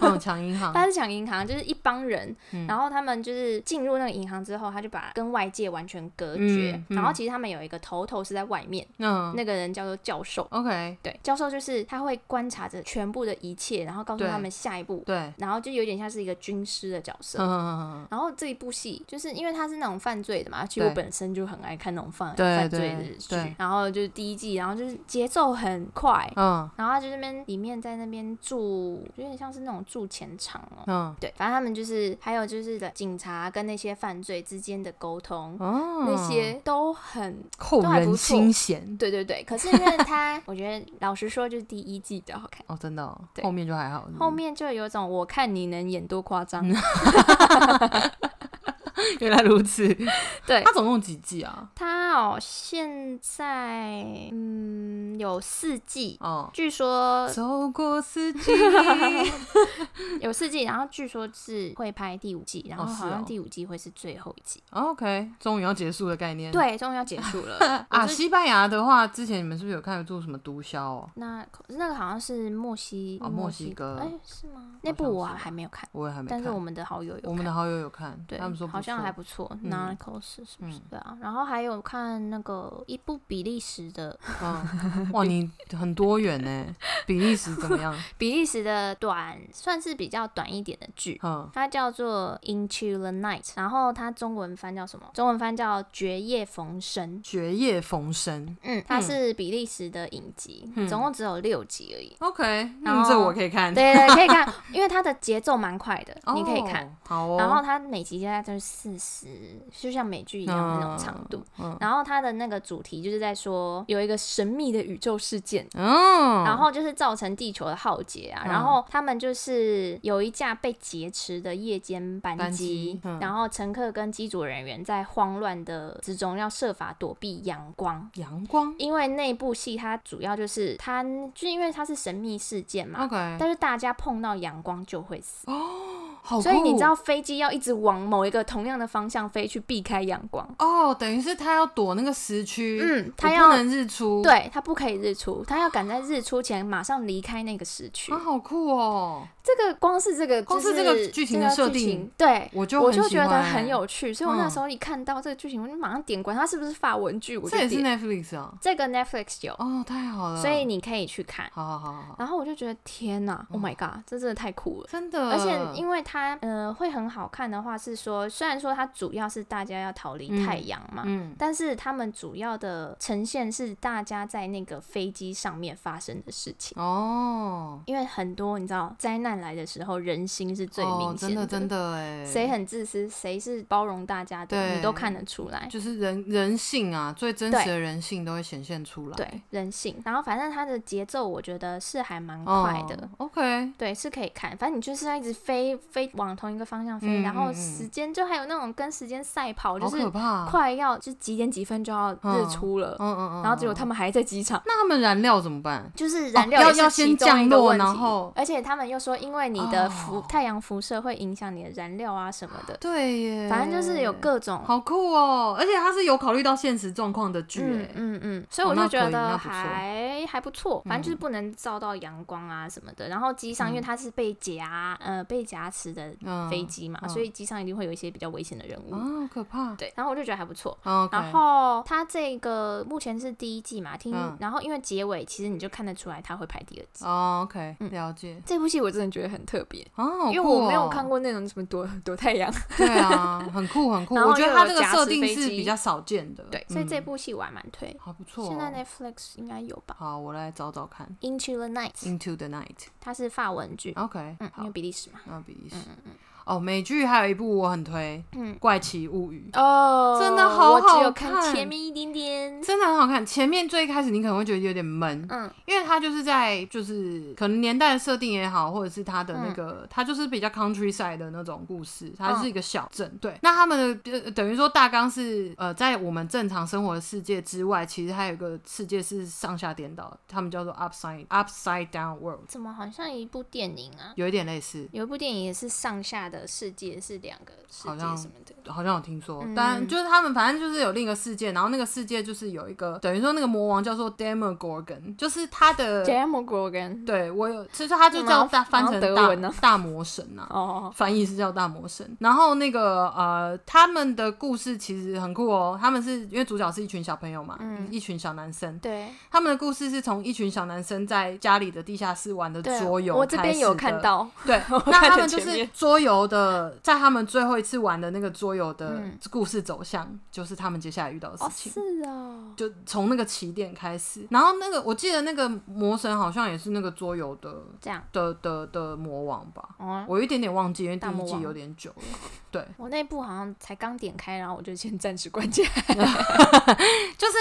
[SPEAKER 2] 嗯，抢银行，
[SPEAKER 1] 他是抢银行，就是一帮人，
[SPEAKER 2] 嗯
[SPEAKER 1] 然后他们就是进入那个银行之后，他就把跟外界完全隔绝。
[SPEAKER 2] 嗯嗯
[SPEAKER 1] 然后其实他们有一个头头是在外面，
[SPEAKER 2] 嗯
[SPEAKER 1] 那个人叫做教授。
[SPEAKER 2] ，OK，
[SPEAKER 1] 对，教授就是他会观察着全部的一切，然后告诉
[SPEAKER 2] 对
[SPEAKER 1] 他们下一步，
[SPEAKER 2] 对，
[SPEAKER 1] 然后就有点像是一个军师的角色。
[SPEAKER 2] 嗯，
[SPEAKER 1] 然后这一部戏就是因为它是那种犯罪的嘛，其实我
[SPEAKER 2] 对
[SPEAKER 1] 本身就很爱看那种犯
[SPEAKER 2] 对
[SPEAKER 1] 犯
[SPEAKER 2] 对
[SPEAKER 1] 罪的
[SPEAKER 2] 对
[SPEAKER 1] 剧，然后就是第一季，然后就是节奏很快，
[SPEAKER 2] 嗯
[SPEAKER 1] 然后他就那边里面在那边住，有点像是那种住前场哦。
[SPEAKER 2] 嗯，
[SPEAKER 1] 对，反正他们就是，还有就是的警察跟那些犯罪之间的沟通，
[SPEAKER 2] 哦，
[SPEAKER 1] 那些都很
[SPEAKER 2] 扣
[SPEAKER 1] 都还
[SPEAKER 2] 人
[SPEAKER 1] 不错
[SPEAKER 2] 心弦。
[SPEAKER 1] 对对对。可是因为他， 我觉得老实说，就是第一季比较好看，
[SPEAKER 2] 哦，真的、哦，
[SPEAKER 1] 对
[SPEAKER 2] 后面就还好是不是
[SPEAKER 1] 后面就有种我看你能演多夸 张。
[SPEAKER 2] 原来如此。
[SPEAKER 1] 对
[SPEAKER 2] 它，总共几季啊？
[SPEAKER 1] 他哦，现在嗯有四季，
[SPEAKER 2] 哦，
[SPEAKER 1] 据说
[SPEAKER 2] 走过 四季。
[SPEAKER 1] 有四季，然后据说是会拍第五季，然后
[SPEAKER 2] 哦是
[SPEAKER 1] 好
[SPEAKER 2] 哦
[SPEAKER 1] 像第五季会是最后一季。
[SPEAKER 2] OK，终于要结束的概念。
[SPEAKER 1] 对，终于要结束 了
[SPEAKER 2] 嗯啊，
[SPEAKER 1] 我是
[SPEAKER 2] 西班牙的话，之前你们是不是有看做什么毒枭哦？
[SPEAKER 1] 那那个好像是墨西
[SPEAKER 2] 哦墨西哥
[SPEAKER 1] 哎、是吗？那部
[SPEAKER 2] 像
[SPEAKER 1] 我
[SPEAKER 2] 是吧
[SPEAKER 1] 还没有看，
[SPEAKER 2] 我也还没看。
[SPEAKER 1] 但是我们的好友有看。
[SPEAKER 2] 我们的好友有看，
[SPEAKER 1] 对，
[SPEAKER 2] 他们说不
[SPEAKER 1] 好像
[SPEAKER 2] 错
[SPEAKER 1] 还不错，《
[SPEAKER 2] 嗯
[SPEAKER 1] Narcos》是不是
[SPEAKER 2] 嗯？
[SPEAKER 1] 对啊，然后还有看那个一部比利时的
[SPEAKER 2] 嗯，哇，你很多元呢。比利时怎么 样？
[SPEAKER 1] 比利时的短，算是比较短一点的剧，
[SPEAKER 2] 嗯，
[SPEAKER 1] 它叫做《Into the Night》，然后它中文翻叫什么？中文翻叫《绝夜逢生》。
[SPEAKER 2] 绝夜逢生。
[SPEAKER 1] 嗯，它
[SPEAKER 2] 嗯
[SPEAKER 1] 是比利时的影集，
[SPEAKER 2] 嗯
[SPEAKER 1] 总共只有六集而已。
[SPEAKER 2] OK，
[SPEAKER 1] 然
[SPEAKER 2] 嗯，这
[SPEAKER 1] 后
[SPEAKER 2] 我可以看。
[SPEAKER 1] 哦对对，可以看，因为它的节奏蛮快的，你可以看。
[SPEAKER 2] 哦。好哦。
[SPEAKER 1] 然后它每集大概就是四十，就像美剧一样的那种长度。
[SPEAKER 2] 嗯
[SPEAKER 1] 然后它的那个主题就是在说有一个神秘的宇宙事件。
[SPEAKER 2] 嗯，
[SPEAKER 1] 然后就是造成地球的浩劫啊，
[SPEAKER 2] 嗯
[SPEAKER 1] 然后他们就是有一架被劫持的夜间班机，
[SPEAKER 2] 班机嗯
[SPEAKER 1] 然后乘客跟机组人员在慌乱的之中要设法躲避阳光，
[SPEAKER 2] 阳光。
[SPEAKER 1] 因为那部戏它主要就是它就是因为它是神秘事件嘛，
[SPEAKER 2] OK，
[SPEAKER 1] 但是大家碰到阳光就会死。
[SPEAKER 2] 好酷。
[SPEAKER 1] 所以你知道飞机要一直往某一个同样的方向飞去避开阳光。
[SPEAKER 2] 哦，等于是他要躲那个时区，
[SPEAKER 1] 嗯，
[SPEAKER 2] 我
[SPEAKER 1] 它
[SPEAKER 2] 不
[SPEAKER 1] 要
[SPEAKER 2] 能日出，
[SPEAKER 1] 对它不可以日出，它要赶在日出前马上离开那个时区
[SPEAKER 2] 啊，。好酷哦！
[SPEAKER 1] 这个光是这个
[SPEAKER 2] 光
[SPEAKER 1] 就是
[SPEAKER 2] 这个剧情的
[SPEAKER 1] 这个
[SPEAKER 2] 设
[SPEAKER 1] 剧
[SPEAKER 2] 定
[SPEAKER 1] 情对。
[SPEAKER 2] 我就
[SPEAKER 1] 我
[SPEAKER 2] 我
[SPEAKER 1] 就觉得很，有趣，所以我
[SPEAKER 2] 嗯
[SPEAKER 1] 那时候一看到这个剧情，我就马上点关。它是不是法文剧？我就
[SPEAKER 2] 这也是
[SPEAKER 1] 点
[SPEAKER 2] Netflix 啊，
[SPEAKER 1] 这个 Netflix 有，
[SPEAKER 2] 哦，太好了，
[SPEAKER 1] 所以你可以去看。
[SPEAKER 2] 好好好好好，
[SPEAKER 1] 然后我就觉得天哪，Oh my god，这真的太酷了！
[SPEAKER 2] 真的，
[SPEAKER 1] 而且因为它呃会很好看的话，是说虽然说它主要是大家要逃离太阳嘛，
[SPEAKER 2] 嗯
[SPEAKER 1] 但是他们主要的呈现是大家在那个飞机上面发生的事情，
[SPEAKER 2] 嗯哦，
[SPEAKER 1] 因为很多你知道灾难来的时候，人心是最
[SPEAKER 2] 哦
[SPEAKER 1] 明显
[SPEAKER 2] 真的真的哎，
[SPEAKER 1] 谁很自私，谁是包容大家的，
[SPEAKER 2] 对
[SPEAKER 1] 你都看得出来。
[SPEAKER 2] 就是人人性啊，最真实的人性都会显现出来，
[SPEAKER 1] 对人性，然后反正它的节奏我觉得是还蛮
[SPEAKER 2] 哦，
[SPEAKER 1] 快的，
[SPEAKER 2] ，OK，
[SPEAKER 1] 对，是可以看。反正你就是要一直飞飞往同一个方向飞，
[SPEAKER 2] 嗯
[SPEAKER 1] 然后
[SPEAKER 2] 嗯嗯
[SPEAKER 1] 时间就还有那种跟时间赛跑，就
[SPEAKER 2] 好可
[SPEAKER 1] 是
[SPEAKER 2] 怕，
[SPEAKER 1] 快要就几点几分就要日出了，
[SPEAKER 2] 嗯嗯嗯，
[SPEAKER 1] 然后结果
[SPEAKER 2] 嗯
[SPEAKER 1] 他们还在机场。
[SPEAKER 2] 那他们燃料怎么办？
[SPEAKER 1] 就是燃
[SPEAKER 2] 哦
[SPEAKER 1] 料
[SPEAKER 2] 要
[SPEAKER 1] 也是
[SPEAKER 2] 要
[SPEAKER 1] 其
[SPEAKER 2] 先
[SPEAKER 1] 中一
[SPEAKER 2] 降
[SPEAKER 1] 个
[SPEAKER 2] 落
[SPEAKER 1] 问
[SPEAKER 2] 然
[SPEAKER 1] 题
[SPEAKER 2] 后
[SPEAKER 1] 而且他们又说，因为你的辐、
[SPEAKER 2] 哦
[SPEAKER 1] 太阳辐射会影响你的燃料啊什么的，
[SPEAKER 2] 对耶，
[SPEAKER 1] 反正就是有各种
[SPEAKER 2] 好酷哦！而且它是有考虑到现实状况的剧、
[SPEAKER 1] 嗯
[SPEAKER 2] 哎、
[SPEAKER 1] 嗯嗯，所以我
[SPEAKER 2] 哦
[SPEAKER 1] 就
[SPEAKER 2] 那
[SPEAKER 1] 觉
[SPEAKER 2] 可以那
[SPEAKER 1] 得
[SPEAKER 2] 不错
[SPEAKER 1] 还、还不错，反正就是
[SPEAKER 2] 嗯
[SPEAKER 1] 不能照到阳光啊什么的。然后机上因为
[SPEAKER 2] 嗯
[SPEAKER 1] 它是被夹、呃被夹持的
[SPEAKER 2] 嗯
[SPEAKER 1] 飞机嘛，
[SPEAKER 2] 嗯
[SPEAKER 1] 所以机上一定会有一些比较危险的人物。
[SPEAKER 2] 啊，好可怕。
[SPEAKER 1] 对，然后我就觉得还不错。
[SPEAKER 2] o k
[SPEAKER 1] 然后它这个目前是第一季嘛，听、
[SPEAKER 2] 嗯
[SPEAKER 1] 然后因为结尾其实你就看得出来它会拍第二季。
[SPEAKER 2] 哦，OK，
[SPEAKER 1] 嗯
[SPEAKER 2] 了解。
[SPEAKER 1] 这部戏我真的觉得很特别，
[SPEAKER 2] 哦，好
[SPEAKER 1] 因为
[SPEAKER 2] 酷
[SPEAKER 1] 我没有
[SPEAKER 2] 哦
[SPEAKER 1] 看。过那种什么躲 躲太阳，
[SPEAKER 2] 对啊，很酷很酷。
[SPEAKER 1] 然后
[SPEAKER 2] 我觉
[SPEAKER 1] 又
[SPEAKER 2] 得它
[SPEAKER 1] 有
[SPEAKER 2] 这个
[SPEAKER 1] 夹
[SPEAKER 2] 设
[SPEAKER 1] 持
[SPEAKER 2] 定
[SPEAKER 1] 飞
[SPEAKER 2] 是
[SPEAKER 1] 机
[SPEAKER 2] 比较少见的。
[SPEAKER 1] 对，所以这
[SPEAKER 2] 嗯
[SPEAKER 1] 部戏我还蛮推。
[SPEAKER 2] 还不错、哦。
[SPEAKER 1] 现在 Netflix 应该有吧
[SPEAKER 2] 好，我来找找看。
[SPEAKER 1] ？Into the Night，
[SPEAKER 2] Into the Night。
[SPEAKER 1] 它是法文剧，
[SPEAKER 2] OK，、
[SPEAKER 1] 嗯，因
[SPEAKER 2] 好
[SPEAKER 1] 为，比利时嘛。
[SPEAKER 2] 那比利时。哦，美剧还有一部我很推，
[SPEAKER 1] 嗯
[SPEAKER 2] 怪奇物语》，
[SPEAKER 1] 哦
[SPEAKER 2] 真的好
[SPEAKER 1] 我只
[SPEAKER 2] 好
[SPEAKER 1] 有看前
[SPEAKER 2] 看
[SPEAKER 1] 面一点点。
[SPEAKER 2] 真的很好看。前面最一开始你可能会觉得有点闷，
[SPEAKER 1] 嗯，
[SPEAKER 2] 因为它就是在就是可能年代的设定也好，或者是它的那
[SPEAKER 1] 嗯
[SPEAKER 2] 个，它就是比较 countryside 的那种故事，它是一个小镇。
[SPEAKER 1] 嗯
[SPEAKER 2] 对，那他们的、呃、等于说大纲是呃，在我们正常生活的世界之外，其实还有一个世界是上下颠倒的，他们叫做 upside upside down world，
[SPEAKER 1] 怎么好像一部电影啊？
[SPEAKER 2] 有一点类似。
[SPEAKER 1] 有一部电影也是上下的世界是两个世
[SPEAKER 2] 好
[SPEAKER 1] 界
[SPEAKER 2] 像
[SPEAKER 1] 什么的，
[SPEAKER 2] 好像有听说，
[SPEAKER 1] 嗯
[SPEAKER 2] 但就是他们反正就是有另一个世界，然后那个世界就是有一个等于说那个魔王叫做 Demogorgon，就是他的
[SPEAKER 1] j a m o g o r g o n
[SPEAKER 2] 对我有，其实他就叫大翻成
[SPEAKER 1] 然后嗯德
[SPEAKER 2] 大
[SPEAKER 1] 文呢
[SPEAKER 2] 大魔神啊。
[SPEAKER 1] 哦，
[SPEAKER 2] 翻译是叫大魔神，然后那个呃，他们的故事其实很酷哦。他们是因为主角是一群小朋友嘛，
[SPEAKER 1] 嗯
[SPEAKER 2] 一群小男生，
[SPEAKER 1] 对，
[SPEAKER 2] 他们的故事是从一群小男生在家里的地下室玩的
[SPEAKER 1] 对，啊
[SPEAKER 2] 桌游，
[SPEAKER 1] 我这边有看。到，
[SPEAKER 2] 对，
[SPEAKER 1] 我
[SPEAKER 2] 那
[SPEAKER 1] 看
[SPEAKER 2] 他
[SPEAKER 1] 着
[SPEAKER 2] 们就
[SPEAKER 1] 前
[SPEAKER 2] 是
[SPEAKER 1] 面
[SPEAKER 2] 桌游的，在他们最后一次玩的那个桌游的
[SPEAKER 1] 嗯
[SPEAKER 2] 故事走向，就是他们接下来遇到的事
[SPEAKER 1] 哦，
[SPEAKER 2] 情。
[SPEAKER 1] 是哦，
[SPEAKER 2] 就从那个起点开始，然后那个我记得那个魔神好像也是那个桌游的
[SPEAKER 1] 这样，
[SPEAKER 2] 的的的魔王吧，
[SPEAKER 1] 哦，
[SPEAKER 2] 我有一点点忘记，因为第
[SPEAKER 1] 大
[SPEAKER 2] 一
[SPEAKER 1] 魔
[SPEAKER 2] 季
[SPEAKER 1] 王
[SPEAKER 2] 有点久了。对，
[SPEAKER 1] 我那部好像才刚点开，然后我就先暂时关机，
[SPEAKER 2] 就是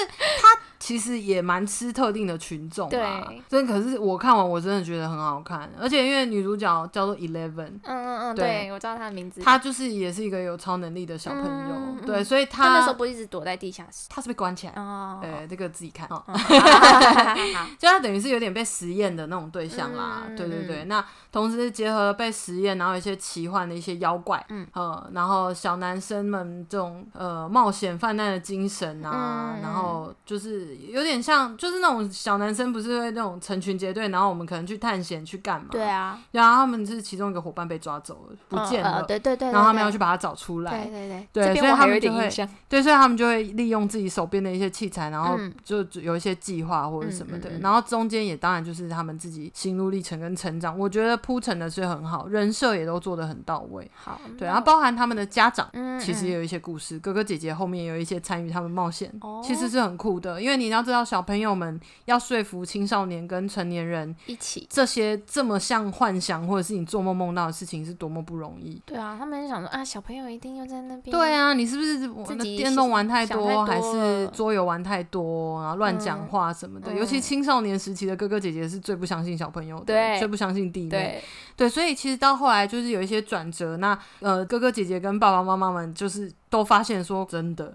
[SPEAKER 2] 它其实也蛮吃特定的群众啦
[SPEAKER 1] 对。
[SPEAKER 2] 真可是我看完我真的觉得很好看，而且因为女主角叫做 Eleven，
[SPEAKER 1] 嗯嗯嗯，
[SPEAKER 2] 对
[SPEAKER 1] 对，我知道他的名字，
[SPEAKER 2] 她就是也是一个有超能力的小朋友，
[SPEAKER 1] 嗯嗯
[SPEAKER 2] 对，所以
[SPEAKER 1] 他那时候
[SPEAKER 2] 她
[SPEAKER 1] 不是一直躲在地下室
[SPEAKER 2] 她是被关起来。
[SPEAKER 1] 哦，
[SPEAKER 2] 对，这个自己看哦，
[SPEAKER 1] 哦好好好好
[SPEAKER 2] 就她等于是有点被实验的那种对象啦，
[SPEAKER 1] 嗯嗯嗯
[SPEAKER 2] 对对对。
[SPEAKER 1] 嗯
[SPEAKER 2] 那同时结合被实验，然后一些奇幻的一些妖怪，
[SPEAKER 1] 嗯
[SPEAKER 2] 呃，然后小男生们这种呃冒险犯难的精神啊，
[SPEAKER 1] 嗯嗯
[SPEAKER 2] 然后就是有点像，就是那种小男生不是会那种成群结队，然后我们可能去探险去干嘛？
[SPEAKER 1] 对。啊，
[SPEAKER 2] 然后他们是其中一个伙伴被抓走了， 不
[SPEAKER 1] 嗯
[SPEAKER 2] 见
[SPEAKER 1] 呃
[SPEAKER 2] 了，
[SPEAKER 1] 对对对，
[SPEAKER 2] 然后他们
[SPEAKER 1] 对
[SPEAKER 2] 要去把他找出来。
[SPEAKER 1] 对对对，这
[SPEAKER 2] 对所以
[SPEAKER 1] 边我还
[SPEAKER 2] 他
[SPEAKER 1] 有
[SPEAKER 2] 们
[SPEAKER 1] 一点
[SPEAKER 2] 就会
[SPEAKER 1] 印象，
[SPEAKER 2] 对，所以他们就会利用自己手边的一些器材，然后
[SPEAKER 1] 嗯
[SPEAKER 2] 就有一些计划或者什么的。
[SPEAKER 1] 嗯嗯嗯
[SPEAKER 2] 然后中间也当然就是他们自己心路历程跟成长，我觉得铺陈的是很好，人设也都做得很到位。
[SPEAKER 1] 好，那
[SPEAKER 2] 对，然后
[SPEAKER 1] 我
[SPEAKER 2] 包含他们的家长，
[SPEAKER 1] 嗯，
[SPEAKER 2] 其实
[SPEAKER 1] 嗯
[SPEAKER 2] 也有一些故事，哥哥姐姐后面也有一些参与他们冒险，
[SPEAKER 1] 哦
[SPEAKER 2] 其实是很酷的。因为你要知道，小朋友们要说服青少年跟成年人
[SPEAKER 1] 嗯一起，
[SPEAKER 2] 这些这么像幻想或者是你做梦梦到的事情，是多么不容易。
[SPEAKER 1] 对啊，他们就想说啊，小朋友一定又在那边，
[SPEAKER 2] 对啊，你是不是我
[SPEAKER 1] 自
[SPEAKER 2] 那
[SPEAKER 1] 己
[SPEAKER 2] 电动玩太多，
[SPEAKER 1] 想太
[SPEAKER 2] 还
[SPEAKER 1] 多
[SPEAKER 2] 是
[SPEAKER 1] 了
[SPEAKER 2] 桌游玩太多，然后乱讲话什么的？
[SPEAKER 1] 嗯
[SPEAKER 2] 尤其青少年时期的哥哥姐姐是最不相信小朋友的，
[SPEAKER 1] 对
[SPEAKER 2] 最不相信弟妹。
[SPEAKER 1] 对，
[SPEAKER 2] 对所以其实到后来就是有一些转折，那呃哥哥姐姐跟爸爸妈妈们就是都发现说真 的，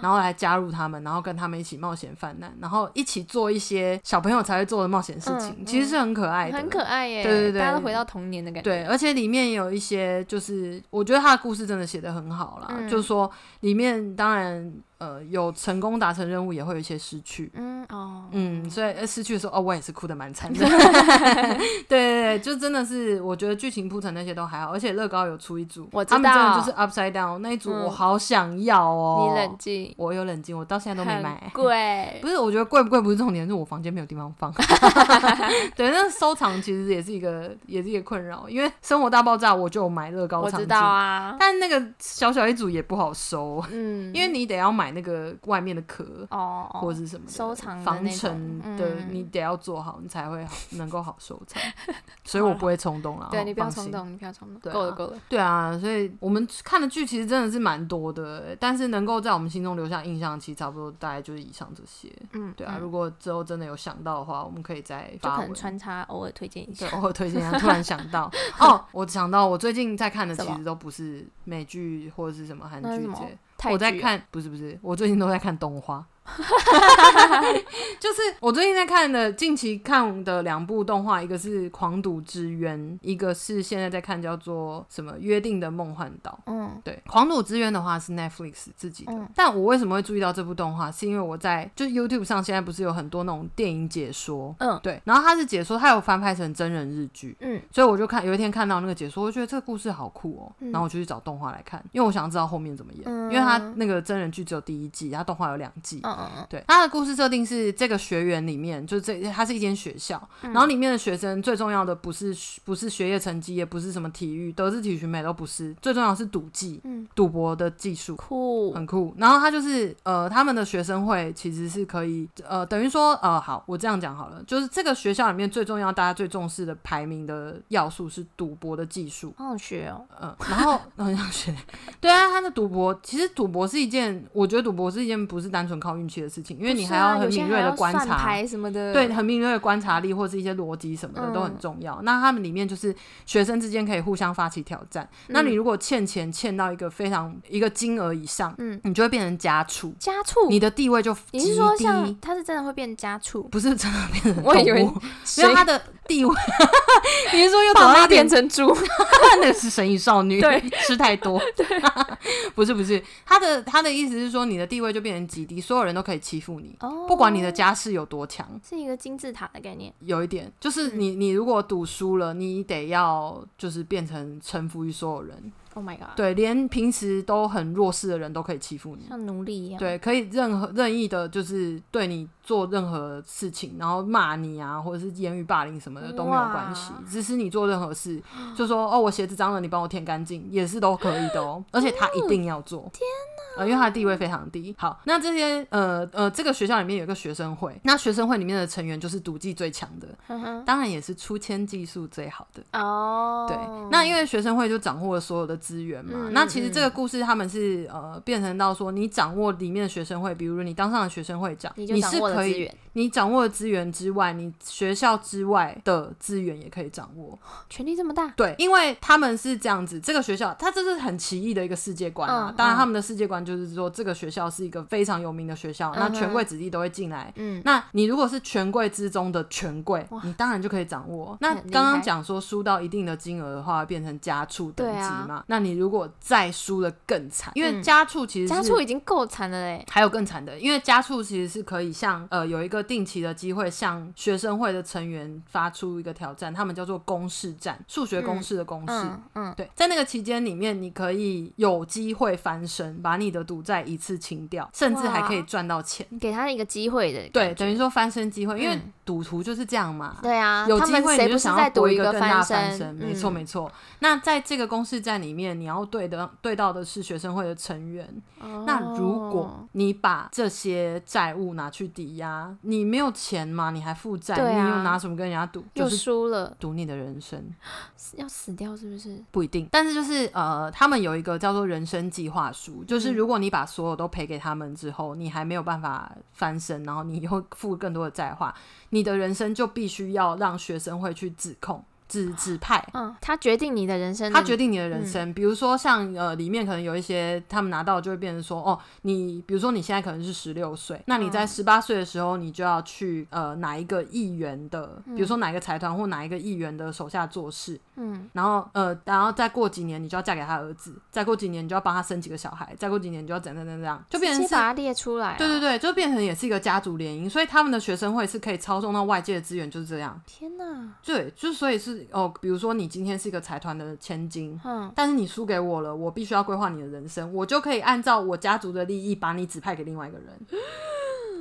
[SPEAKER 2] 然后来加入他们，然后跟他们一起冒险犯难，然后一起做一些小朋友才会做的冒险事情，
[SPEAKER 1] 嗯
[SPEAKER 2] 其实是很可爱的，
[SPEAKER 1] 很可爱耶，
[SPEAKER 2] 对对对
[SPEAKER 1] 大家都回到童年的感觉，
[SPEAKER 2] 对，而且里面有一些，就是我觉得他的故事真的写得很好啦，
[SPEAKER 1] 嗯
[SPEAKER 2] 就是说里面当然呃有成功达成任务，也会有一些失去。
[SPEAKER 1] 嗯哦，
[SPEAKER 2] 嗯，所以呃失去的时候，哦，我也是哭得蛮惨 的。对对对，就真的是，我觉得剧情铺陈那些都还好，而且乐高有出一组，
[SPEAKER 1] 我知
[SPEAKER 2] 他们真的
[SPEAKER 1] 道
[SPEAKER 2] 就是 Upside Down 那一组，
[SPEAKER 1] 嗯
[SPEAKER 2] 我好想要哦。
[SPEAKER 1] 你冷，静，
[SPEAKER 2] 我有冷静，我到现在都没
[SPEAKER 1] 很
[SPEAKER 2] 买。
[SPEAKER 1] 贵，
[SPEAKER 2] 不是，我觉得贵不贵不是重点，是我房间没有地方放。 对，那收藏其实也是一个也是一个困扰，因为《生活大爆炸》我就有买乐高
[SPEAKER 1] 我
[SPEAKER 2] 场
[SPEAKER 1] 知
[SPEAKER 2] 景，
[SPEAKER 1] 道啊，
[SPEAKER 2] 但那个小小一组也不好收，
[SPEAKER 1] 嗯，
[SPEAKER 2] 因为你得要买那个外面的壳、
[SPEAKER 1] 哦，哦
[SPEAKER 2] 或者是什么的
[SPEAKER 1] 收藏的
[SPEAKER 2] 防
[SPEAKER 1] 那种
[SPEAKER 2] 尘的，
[SPEAKER 1] 嗯
[SPEAKER 2] 你得要做好，你才会好能够好收藏。所以我不会冲动啦，
[SPEAKER 1] 对
[SPEAKER 2] 哦
[SPEAKER 1] 你不要
[SPEAKER 2] 放心
[SPEAKER 1] 冲动，你不要冲动，
[SPEAKER 2] 对啊
[SPEAKER 1] 够了够了，
[SPEAKER 2] 对啊，所以我们看的剧其实真的是蛮多的，但是能够在我们心中留下印象，其实差不多大概就是以上这些。
[SPEAKER 1] 嗯，
[SPEAKER 2] 对啊，
[SPEAKER 1] 嗯
[SPEAKER 2] 如果之后真的有想到的话，我们可以再
[SPEAKER 1] 就
[SPEAKER 2] 发
[SPEAKER 1] 可
[SPEAKER 2] 文
[SPEAKER 1] 能。穿插偶尔推荐一
[SPEAKER 2] 对
[SPEAKER 1] 下，，
[SPEAKER 2] 偶尔推荐一 下。突然想到，哦，我想到我最近在看的
[SPEAKER 1] 什
[SPEAKER 2] 其
[SPEAKER 1] 么
[SPEAKER 2] 实都不是美剧或者是什么韩
[SPEAKER 1] 那是
[SPEAKER 2] 剧
[SPEAKER 1] 什么
[SPEAKER 2] 节，
[SPEAKER 1] 泰
[SPEAKER 2] 我在
[SPEAKER 1] 剧啊，
[SPEAKER 2] 看，不是不是，我最近都在看 动画。 就是我最近在看的，近期看的两部动画，一个是《狂赌之渊》，一个是现在在看叫做什么《约定的梦幻岛》。
[SPEAKER 1] 嗯
[SPEAKER 2] 对，《狂赌之渊》的话是 Netflix 自己的，
[SPEAKER 1] 嗯
[SPEAKER 2] 但我为什么会注意到这部动画，是因为我在就是 YouTube 上现在不是有很多那种电影解说，
[SPEAKER 1] 嗯
[SPEAKER 2] 对，然后它是解说，它有翻拍成真人日剧。
[SPEAKER 1] 嗯，
[SPEAKER 2] 所以我就看有一天看到那个解说，我就觉得这个故事好酷哦、
[SPEAKER 1] 嗯
[SPEAKER 2] 然后我就去找动画来看，因为我想知道后面怎么演，
[SPEAKER 1] 嗯
[SPEAKER 2] 因为它那个真人剧只有第一季，它动画有两季。
[SPEAKER 1] 嗯嗯
[SPEAKER 2] 对，它的故事设定是这个学员里面，就是这它是一间学校，
[SPEAKER 1] 嗯，
[SPEAKER 2] 然后里面的学生最重要的不是不是学业成绩，也不是什么体育、德智体群美都不是，最重要的是赌技，
[SPEAKER 1] 嗯
[SPEAKER 2] 赌博的技术。
[SPEAKER 1] 酷，
[SPEAKER 2] 很酷，然后他就是呃，他们的学生会其实是可以呃，等于说呃，好，我这样讲好了，就是这个学校里面最重要、大家最重视的排名的要素是赌博的技术，
[SPEAKER 1] 好想学哦，
[SPEAKER 2] 嗯，然后很想学，对啊，他的赌博其实赌博是一件，我觉得赌博是一件不是单纯靠运运气的事情，因为你
[SPEAKER 1] 不是
[SPEAKER 2] 还要
[SPEAKER 1] 啊
[SPEAKER 2] 很
[SPEAKER 1] 有些
[SPEAKER 2] 敏
[SPEAKER 1] 还
[SPEAKER 2] 锐的
[SPEAKER 1] 要
[SPEAKER 2] 观
[SPEAKER 1] 算
[SPEAKER 2] 察，
[SPEAKER 1] 牌什么的，
[SPEAKER 2] 对，很敏锐的观察力或是一些逻辑什么的都很
[SPEAKER 1] 嗯
[SPEAKER 2] 重要。那他们里面就是学生之间可以互相发起挑战。那你
[SPEAKER 1] 嗯
[SPEAKER 2] 如果欠钱欠到一个非常一个金额以上，
[SPEAKER 1] 嗯
[SPEAKER 2] 你就会变成家畜，
[SPEAKER 1] 家畜，
[SPEAKER 2] 你的地位就
[SPEAKER 1] 你
[SPEAKER 2] 极
[SPEAKER 1] 是说
[SPEAKER 2] 低
[SPEAKER 1] 像。它是真的会变家 畜？
[SPEAKER 2] 不是真的变成动物，
[SPEAKER 1] 我以为
[SPEAKER 2] 没有
[SPEAKER 1] 谁
[SPEAKER 2] 他的地位，你是说又
[SPEAKER 1] 爸
[SPEAKER 2] 走到
[SPEAKER 1] 妈
[SPEAKER 2] 一点
[SPEAKER 1] 变成猪，
[SPEAKER 2] 看的是神隐少女，
[SPEAKER 1] 对，
[SPEAKER 2] 吃太多，对， 不是不是，他的他的意思是说，你的地位就变成极低，所有人都可以欺负你，
[SPEAKER 1] 哦
[SPEAKER 2] 不管你的家世有多强。
[SPEAKER 1] 是一个金字塔的概念，
[SPEAKER 2] 有一点就是你，你如果赌输了，你得要就是变成臣服于所有人，
[SPEAKER 1] ，Oh my god，
[SPEAKER 2] 对，连平时都很弱势的人都可以欺负你，
[SPEAKER 1] 像奴隶一样，
[SPEAKER 2] 对，可以任何任意的，就是对你做任何事情，然后骂你啊，或者是言语霸凌什么的都没有关系
[SPEAKER 1] 哇，
[SPEAKER 2] 只是你做任何事，就说哦，我鞋子脏了，你帮我舔干净，也是都可以的哦。而且他一定要做，天哪、因为他的地位非常低。好，那这些呃呃，这个学校里面有一个学生会，那学生会里面的成员就是赌技最强的，
[SPEAKER 1] 哼哼，
[SPEAKER 2] 当然也是出签技术最好的。
[SPEAKER 1] 嗯哦，
[SPEAKER 2] 对，那因为学生会就掌握了所有的资源嘛。
[SPEAKER 1] 嗯
[SPEAKER 2] 那其实这个故事他们是呃变成到说，你掌握里面的学生会，比如你当上了学生会长，
[SPEAKER 1] 你
[SPEAKER 2] 你
[SPEAKER 1] 就掌
[SPEAKER 2] 是
[SPEAKER 1] 握了
[SPEAKER 2] 可
[SPEAKER 1] 资
[SPEAKER 2] 以，
[SPEAKER 1] 源，
[SPEAKER 2] 你掌握了资源之外，你学校之外的资源也可以掌握。
[SPEAKER 1] 权力这么大，
[SPEAKER 2] 对，因为他们是这样子，这个学校它这是很奇异的一个世界观啊。
[SPEAKER 1] 嗯
[SPEAKER 2] 当然，
[SPEAKER 1] 嗯
[SPEAKER 2] 他们的世界观就是说，这个学校是一个非常有名的学校，那
[SPEAKER 1] 嗯哼
[SPEAKER 2] 权贵子弟都会进来
[SPEAKER 1] 嗯，
[SPEAKER 2] 那你如果是权贵之中的权贵
[SPEAKER 1] 哇，
[SPEAKER 2] 你当然就可以掌握。那
[SPEAKER 1] 很厉害
[SPEAKER 2] 刚刚讲说输到一定的金额的话，会变成家畜等级嘛？那你如果再输的更惨，因为
[SPEAKER 1] 啊嗯
[SPEAKER 2] 家畜其实
[SPEAKER 1] 家
[SPEAKER 2] 是
[SPEAKER 1] 畜已经够惨了嘞，
[SPEAKER 2] 还有更惨的，因为家畜其实是可以向呃有一个定期的机会向学生会的成员发出一个挑战，他们叫做公式战，数学公式的公式。
[SPEAKER 1] 嗯嗯，
[SPEAKER 2] 对，在那个期间里面，你可以有机会翻身，把你的赌债一次清掉，甚至还可以
[SPEAKER 1] 哇
[SPEAKER 2] 赚到钱。
[SPEAKER 1] 给他一个机会的，
[SPEAKER 2] 对，等于说翻身机会，因为
[SPEAKER 1] 嗯
[SPEAKER 2] 赌徒就是这样嘛。
[SPEAKER 1] 对啊，
[SPEAKER 2] 有
[SPEAKER 1] 他
[SPEAKER 2] 机
[SPEAKER 1] 们
[SPEAKER 2] 会
[SPEAKER 1] 谁
[SPEAKER 2] 你
[SPEAKER 1] 不
[SPEAKER 2] 就是想
[SPEAKER 1] 在
[SPEAKER 2] 要
[SPEAKER 1] 赌
[SPEAKER 2] 搏
[SPEAKER 1] 一
[SPEAKER 2] 个更
[SPEAKER 1] 翻
[SPEAKER 2] 大的翻身，没错
[SPEAKER 1] 嗯
[SPEAKER 2] 没错。那在这个公式战里面，你要对的对到的是学生会的成员。那如果
[SPEAKER 1] 哦
[SPEAKER 2] 你把这些债务拿去抵押，你没有钱嘛，你还负债，
[SPEAKER 1] 对啊
[SPEAKER 2] 你又拿什么跟人家赌？
[SPEAKER 1] 又
[SPEAKER 2] 就是
[SPEAKER 1] 输了，
[SPEAKER 2] 赌你的人生。
[SPEAKER 1] 要死掉是不是？
[SPEAKER 2] 不一定，但是就是呃，他们有一个叫做人生计划书，就是
[SPEAKER 1] 嗯
[SPEAKER 2] 如果你把所有都赔给他们之后，你还没有办法翻身，然后你又负更多的债的话，你的人生就必须要让学生会去指控、 指指派。
[SPEAKER 1] 嗯，他决定你的人生的，嗯
[SPEAKER 2] 他决定你的人生，比如说像呃，里面可能有一些他们拿到就会变成说，哦，你比如说你现在可能是十六岁，那你在
[SPEAKER 1] 嗯
[SPEAKER 2] 十八岁的时候，你就要去呃哪一个议员的，比如说哪一个财团或哪一个议员的手下做事，
[SPEAKER 1] 嗯，
[SPEAKER 2] 然后呃，然后再过几年你就要嫁给他儿子，再过几年你就要帮他生几个小孩，再过几年你就要怎样怎样怎样，就变
[SPEAKER 1] 直
[SPEAKER 2] 成
[SPEAKER 1] 接
[SPEAKER 2] 是
[SPEAKER 1] 把。它列出来啊，
[SPEAKER 2] 对对对，就变成也是一个家族联姻，所以他们的学生会是可以操纵到外界的资源，就是这样。
[SPEAKER 1] 天哪，
[SPEAKER 2] 对，就所以是哦，比如说你今天是一个财团的千金，
[SPEAKER 1] 嗯，
[SPEAKER 2] 但是你输给我了，我必须要规划你的人生，我就可以按照我家族的利益把你指派给另外一 个人，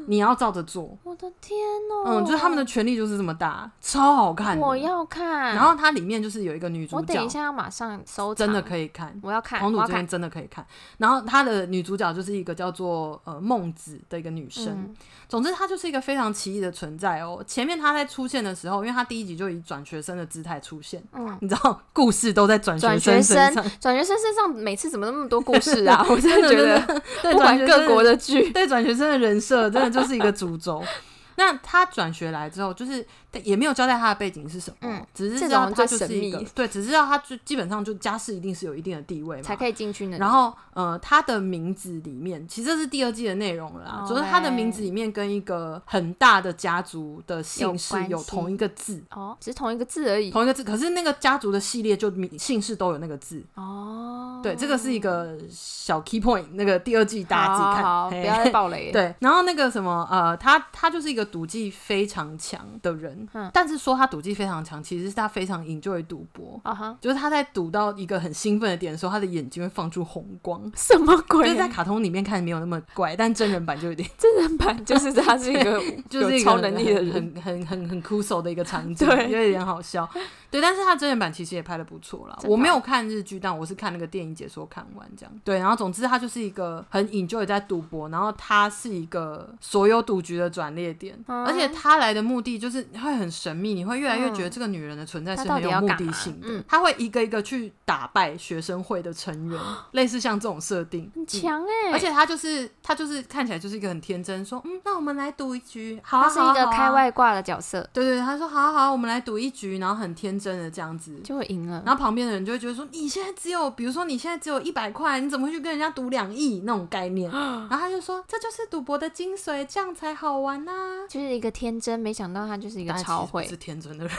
[SPEAKER 2] 你要照着做。
[SPEAKER 1] 我的天哦，
[SPEAKER 2] 嗯，就是他们的权力就是这么大，超好看的。
[SPEAKER 1] 我要看，
[SPEAKER 2] 然后它里面就是有一个女主
[SPEAKER 1] 我等
[SPEAKER 2] 角
[SPEAKER 1] 一，下要马上收藏，
[SPEAKER 2] 真的可以看，
[SPEAKER 1] 我要看，
[SPEAKER 2] 红
[SPEAKER 1] 我
[SPEAKER 2] 土
[SPEAKER 1] 要
[SPEAKER 2] 这边
[SPEAKER 1] 看，
[SPEAKER 2] 真的可以看。然后她的女主角就是一个叫做呃孟子的一个女生，
[SPEAKER 1] 嗯
[SPEAKER 2] 总之她就是一个非常奇异的存在哦。前面她在出现的时候，因为她第一集就以转学生的姿态出现，
[SPEAKER 1] 嗯。
[SPEAKER 2] 你知道故事都在转
[SPEAKER 1] 转
[SPEAKER 2] 生
[SPEAKER 1] 学
[SPEAKER 2] 身
[SPEAKER 1] 生
[SPEAKER 2] 上，，
[SPEAKER 1] 转学生身上每次怎么那么多故事啊？我真的觉
[SPEAKER 2] 真
[SPEAKER 1] 得，
[SPEAKER 2] 对
[SPEAKER 1] 不管
[SPEAKER 2] 转学
[SPEAKER 1] 各
[SPEAKER 2] 生
[SPEAKER 1] 国的剧，
[SPEAKER 2] 对转学生的人设，真的就是一个诅咒。 那她转学来之后，就是也没有交代她的背景是什么，
[SPEAKER 1] 嗯
[SPEAKER 2] 只是
[SPEAKER 1] 这
[SPEAKER 2] 知道
[SPEAKER 1] 种
[SPEAKER 2] 她
[SPEAKER 1] 就
[SPEAKER 2] 就是一
[SPEAKER 1] 神
[SPEAKER 2] 个
[SPEAKER 1] 秘
[SPEAKER 2] 对，只知道她就基本上就家世一定是有一定的地位嘛，
[SPEAKER 1] 才可以进去呢。
[SPEAKER 2] 然后呃，他的名字里面，其实这是第二季的内容了
[SPEAKER 1] 哦
[SPEAKER 2] 啦，就是他的名字里面跟一个很大的家族的姓氏
[SPEAKER 1] 有关系
[SPEAKER 2] 有同一个字，
[SPEAKER 1] 哦，只是同一个字而已。
[SPEAKER 2] 同一个字，可是那个家族的系列就名姓氏都有那个字。
[SPEAKER 1] 哦，
[SPEAKER 2] 对，这个是一个小 key point，那个第二季大家自己
[SPEAKER 1] 好
[SPEAKER 2] 看，
[SPEAKER 1] 好好不
[SPEAKER 2] 嘿
[SPEAKER 1] 要再爆雷。，
[SPEAKER 2] 对，然后那个什么，呃，他他就是一个赌技非常强的人，
[SPEAKER 1] 嗯
[SPEAKER 2] 但是说他赌技非常强，其实是他非常 enjoy 赌博，
[SPEAKER 1] 啊哈，
[SPEAKER 2] 就是他在赌到一个很兴奋的点的时候，他的眼睛会放出红光，
[SPEAKER 1] 什么
[SPEAKER 2] 就
[SPEAKER 1] 鬼
[SPEAKER 2] 是在
[SPEAKER 1] 啊？
[SPEAKER 2] 卡通里面看没有那么怪，但真人版就 有点，
[SPEAKER 1] 真人版就是他是一 个
[SPEAKER 2] 就
[SPEAKER 1] 有
[SPEAKER 2] 是一个
[SPEAKER 1] 超能力的
[SPEAKER 2] 很
[SPEAKER 1] 人，
[SPEAKER 2] 很很很很酷手的一个场 景，
[SPEAKER 1] 对
[SPEAKER 2] 有一点好笑。对，但是他真人版其实也拍的不错啦。
[SPEAKER 1] 真的哦
[SPEAKER 2] 我没有看日剧，但我是看那个电影你解说看完这样。对，然后总之他就是一个很 enjoy 在赌博，然后他是一个所有赌局的转捩点，
[SPEAKER 1] 嗯
[SPEAKER 2] 而且他来的目的就是会很神秘，你会越来越觉得
[SPEAKER 1] 嗯
[SPEAKER 2] 这个女人的存在
[SPEAKER 1] 她
[SPEAKER 2] 是
[SPEAKER 1] 到
[SPEAKER 2] 很
[SPEAKER 1] 底
[SPEAKER 2] 有
[SPEAKER 1] 要
[SPEAKER 2] 目
[SPEAKER 1] 干
[SPEAKER 2] 的
[SPEAKER 1] 嘛
[SPEAKER 2] 性的，
[SPEAKER 1] 嗯
[SPEAKER 2] 他会一个一个去打败学生会的成 员，类似像这种设定，
[SPEAKER 1] 很
[SPEAKER 2] 嗯
[SPEAKER 1] 强哎、
[SPEAKER 2] 而且他就是他就是看起来就是一个很天真，说嗯，那我们来赌一局，好啊，
[SPEAKER 1] 他是一
[SPEAKER 2] 好啊
[SPEAKER 1] 个开。
[SPEAKER 2] 好啊
[SPEAKER 1] 外挂的角色，
[SPEAKER 2] 对对，对他说好啊好啊，我们来赌一局，然后很天真的这样子。
[SPEAKER 1] 就会赢了。
[SPEAKER 2] 然后旁边的人就会觉得说，你现在只有，比如说你现在只有一百块，你怎么会去跟人家赌两亿那种概 念？然后他就说，这就是赌博的精髓，这样才好玩呐、
[SPEAKER 1] 就是一个天真，没想到他就是一个
[SPEAKER 2] 但其实
[SPEAKER 1] 超
[SPEAKER 2] 不
[SPEAKER 1] 会
[SPEAKER 2] 是。天真的人，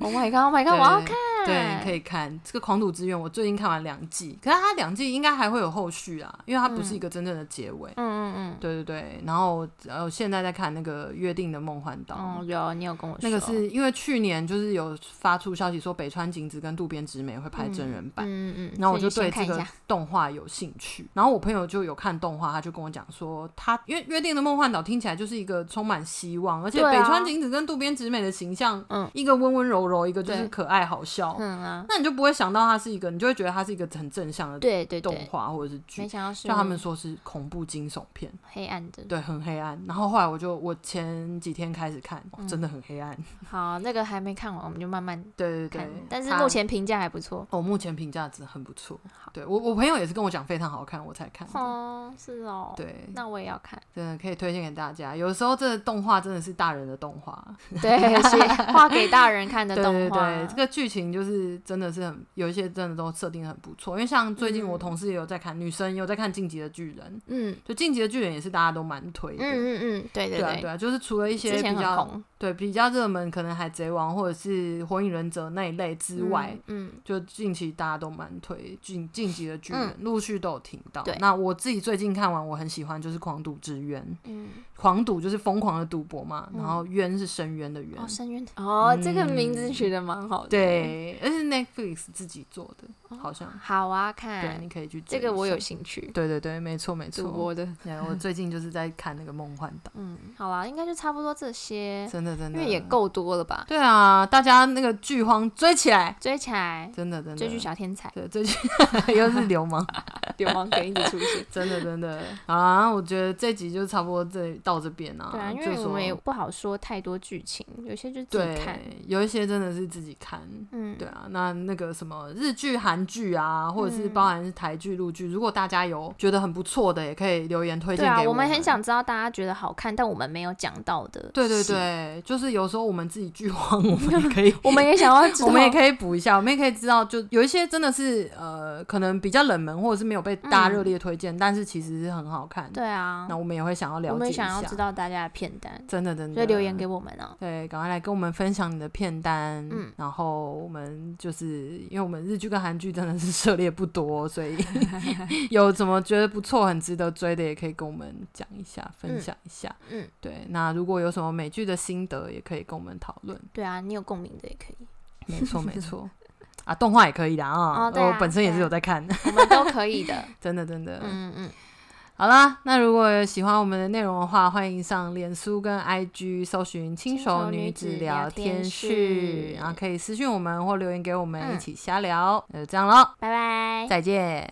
[SPEAKER 1] Oh my god! Oh my god!
[SPEAKER 2] 对
[SPEAKER 1] 我要看。
[SPEAKER 2] 对，可以看这个《狂赌之渊》，我最近看完两季，可是它两季应该还会有后续啊，因为它不是一个真正的结尾。
[SPEAKER 1] 嗯嗯
[SPEAKER 2] 对对对，然后呃，现在在看那个《约定的梦幻岛》
[SPEAKER 1] 嗯。哦，有你有跟我说
[SPEAKER 2] 那个是因为去年就是有发出消息说北川景子跟渡边直美会拍真人版，
[SPEAKER 1] 嗯嗯嗯，
[SPEAKER 2] 然后我就
[SPEAKER 1] 所以
[SPEAKER 2] 对
[SPEAKER 1] 你先看
[SPEAKER 2] 这
[SPEAKER 1] 一
[SPEAKER 2] 个
[SPEAKER 1] 下。
[SPEAKER 2] 动画有兴趣。然后我朋友就有看动画，他就跟我讲说，他因为《约定的梦幻岛》听起来就是一个充满希望，而且
[SPEAKER 1] 对啊
[SPEAKER 2] 北川景子跟渡边直美的形象，
[SPEAKER 1] 嗯
[SPEAKER 2] 一个温温柔柔，一个就是
[SPEAKER 1] 对
[SPEAKER 2] 可爱好笑，
[SPEAKER 1] 嗯啊，
[SPEAKER 2] 那你就不会想到他是一个，你就会觉得他是一个很正向的
[SPEAKER 1] 对对
[SPEAKER 2] 动
[SPEAKER 1] 对，
[SPEAKER 2] 画或者是
[SPEAKER 1] 没
[SPEAKER 2] 剧。
[SPEAKER 1] 想到是
[SPEAKER 2] 就他们说是恐怖惊悚片，
[SPEAKER 1] 黑暗的。
[SPEAKER 2] 对，很黑暗。然后后来我就我前几天开始看，哦真
[SPEAKER 1] 嗯
[SPEAKER 2] 的很黑暗。
[SPEAKER 1] 好，那个还没看完，我们就慢慢
[SPEAKER 2] 对对对
[SPEAKER 1] 看。，但是
[SPEAKER 2] 它
[SPEAKER 1] 目前评价还不错。
[SPEAKER 2] 哦，目前评价值很不错。对我我朋友也是跟我讲非常好看，我才看的。
[SPEAKER 1] 哦，是哦。。
[SPEAKER 2] 对，
[SPEAKER 1] 那我也要 看，
[SPEAKER 2] 真的可以推荐给大家。有时候这个动画真的是大人的动画，
[SPEAKER 1] 对，是画给大人看的
[SPEAKER 2] 对对
[SPEAKER 1] 动画。
[SPEAKER 2] 对，这个剧情就是真的是很有一些真的都设定得很不错。因为像最近我
[SPEAKER 1] 嗯
[SPEAKER 2] 同事也有在看，女生也有在看《进击的巨人》，
[SPEAKER 1] 嗯
[SPEAKER 2] 就《进击的巨人》也是大家都蛮推
[SPEAKER 1] 嗯
[SPEAKER 2] 的。
[SPEAKER 1] 嗯嗯，对
[SPEAKER 2] 对啊，
[SPEAKER 1] 对
[SPEAKER 2] 对，啊，就是除了一些
[SPEAKER 1] 之前
[SPEAKER 2] 比
[SPEAKER 1] 很
[SPEAKER 2] 较
[SPEAKER 1] 红
[SPEAKER 2] 对比较热门，可能《海贼王》或者是《火影忍者》那一类之外，，
[SPEAKER 1] 嗯，嗯
[SPEAKER 2] 就近期大家都蛮推进晋级的巨人，陆、续都有听到
[SPEAKER 1] 对。
[SPEAKER 2] 那我自己最近看完，我很喜欢就是《狂赌之渊》，
[SPEAKER 1] 嗯，
[SPEAKER 2] 狂赌就是疯狂的赌博嘛，
[SPEAKER 1] 嗯
[SPEAKER 2] 然后渊是深渊的渊。
[SPEAKER 1] 哦，深渊，哦，这个名字取得蛮好的。，
[SPEAKER 2] 对，而且 Netflix 自己做的，好像、
[SPEAKER 1] 好啊，
[SPEAKER 2] 对，
[SPEAKER 1] 看
[SPEAKER 2] 你可以去追
[SPEAKER 1] 哦这
[SPEAKER 2] 一
[SPEAKER 1] 个我有
[SPEAKER 2] 下。
[SPEAKER 1] 兴趣，
[SPEAKER 2] 对对对，没错没
[SPEAKER 1] 主
[SPEAKER 2] 错。
[SPEAKER 1] 播的，
[SPEAKER 2] 对，我最近就是在看那个《梦幻岛
[SPEAKER 1] 嗯，好啊，应该就差不多这些》，，
[SPEAKER 2] 真的真
[SPEAKER 1] 因
[SPEAKER 2] 的，
[SPEAKER 1] 为也。够多了吧？
[SPEAKER 2] 对啊，大家那个剧荒追起来，
[SPEAKER 1] 追起来，
[SPEAKER 2] 真的真的。
[SPEAKER 1] 追剧小天才，
[SPEAKER 2] 对追剧 又是 流氓。。
[SPEAKER 1] 流氓梗一直出 现
[SPEAKER 2] 真的真的好 啊！我觉得这集就差不多这到这边啊。
[SPEAKER 1] 对啊，因
[SPEAKER 2] 就
[SPEAKER 1] 为
[SPEAKER 2] 说
[SPEAKER 1] 我们也不好说太多剧情，有些就自己看。
[SPEAKER 2] 对有一些真的是自己看。
[SPEAKER 1] 嗯，
[SPEAKER 2] 对啊，那那个什么日剧、韩剧啊，或者是
[SPEAKER 1] 嗯
[SPEAKER 2] 包含台剧、陆剧，如果大家有觉得很不错的，也可以留言推
[SPEAKER 1] 对
[SPEAKER 2] 荐
[SPEAKER 1] 啊，
[SPEAKER 2] 给
[SPEAKER 1] 我们
[SPEAKER 2] 们
[SPEAKER 1] 很。想知道大家觉得好看，但我们没有讲到的。，
[SPEAKER 2] 对对，对，就是有时候我们自己剧荒，我们也可以
[SPEAKER 1] 我们也想要知道，
[SPEAKER 2] 我们也可以补一下，我们也可以知道，就有一些真的是呃，可能比较冷门，或者是没有被大家
[SPEAKER 1] 嗯
[SPEAKER 2] 热烈推荐，但是其实是很好看。
[SPEAKER 1] 对啊
[SPEAKER 2] 那，我们也会想要
[SPEAKER 1] 我
[SPEAKER 2] 了
[SPEAKER 1] 们
[SPEAKER 2] 解
[SPEAKER 1] 也
[SPEAKER 2] 一下
[SPEAKER 1] 想。要知道大家的片单，
[SPEAKER 2] 真的真
[SPEAKER 1] 所
[SPEAKER 2] 的，
[SPEAKER 1] 以留言给我们哦。
[SPEAKER 2] 对，赶快来跟我们分享你的片单。
[SPEAKER 1] 嗯
[SPEAKER 2] 然后我们就是因为我们日剧跟韩剧真的是 涉猎不多，所以 有什么觉得不错、很值得追的，也可以跟我们讲一下、分
[SPEAKER 1] 嗯
[SPEAKER 2] 享一下。
[SPEAKER 1] 嗯，
[SPEAKER 2] 对，那如果有什么美剧的心得，也可以跟我们讨论。
[SPEAKER 1] 对啊，你有共鸣的也 可以，
[SPEAKER 2] 没错，没 错。啊，动画也可以的啊，
[SPEAKER 1] 哦对啊
[SPEAKER 2] 我本身也是
[SPEAKER 1] 对啊
[SPEAKER 2] 有在看，
[SPEAKER 1] 我们都可以的。
[SPEAKER 2] 真的真的。
[SPEAKER 1] 嗯嗯
[SPEAKER 2] 好啦，那如果有喜欢我们的内容的话，欢迎上脸书跟 IG 搜寻“轻熟女子聊天室”，然后可以私讯我们或留言给我们
[SPEAKER 1] 嗯
[SPEAKER 2] 呃一起瞎聊。那就这样喽，
[SPEAKER 1] 拜拜。
[SPEAKER 2] 再见。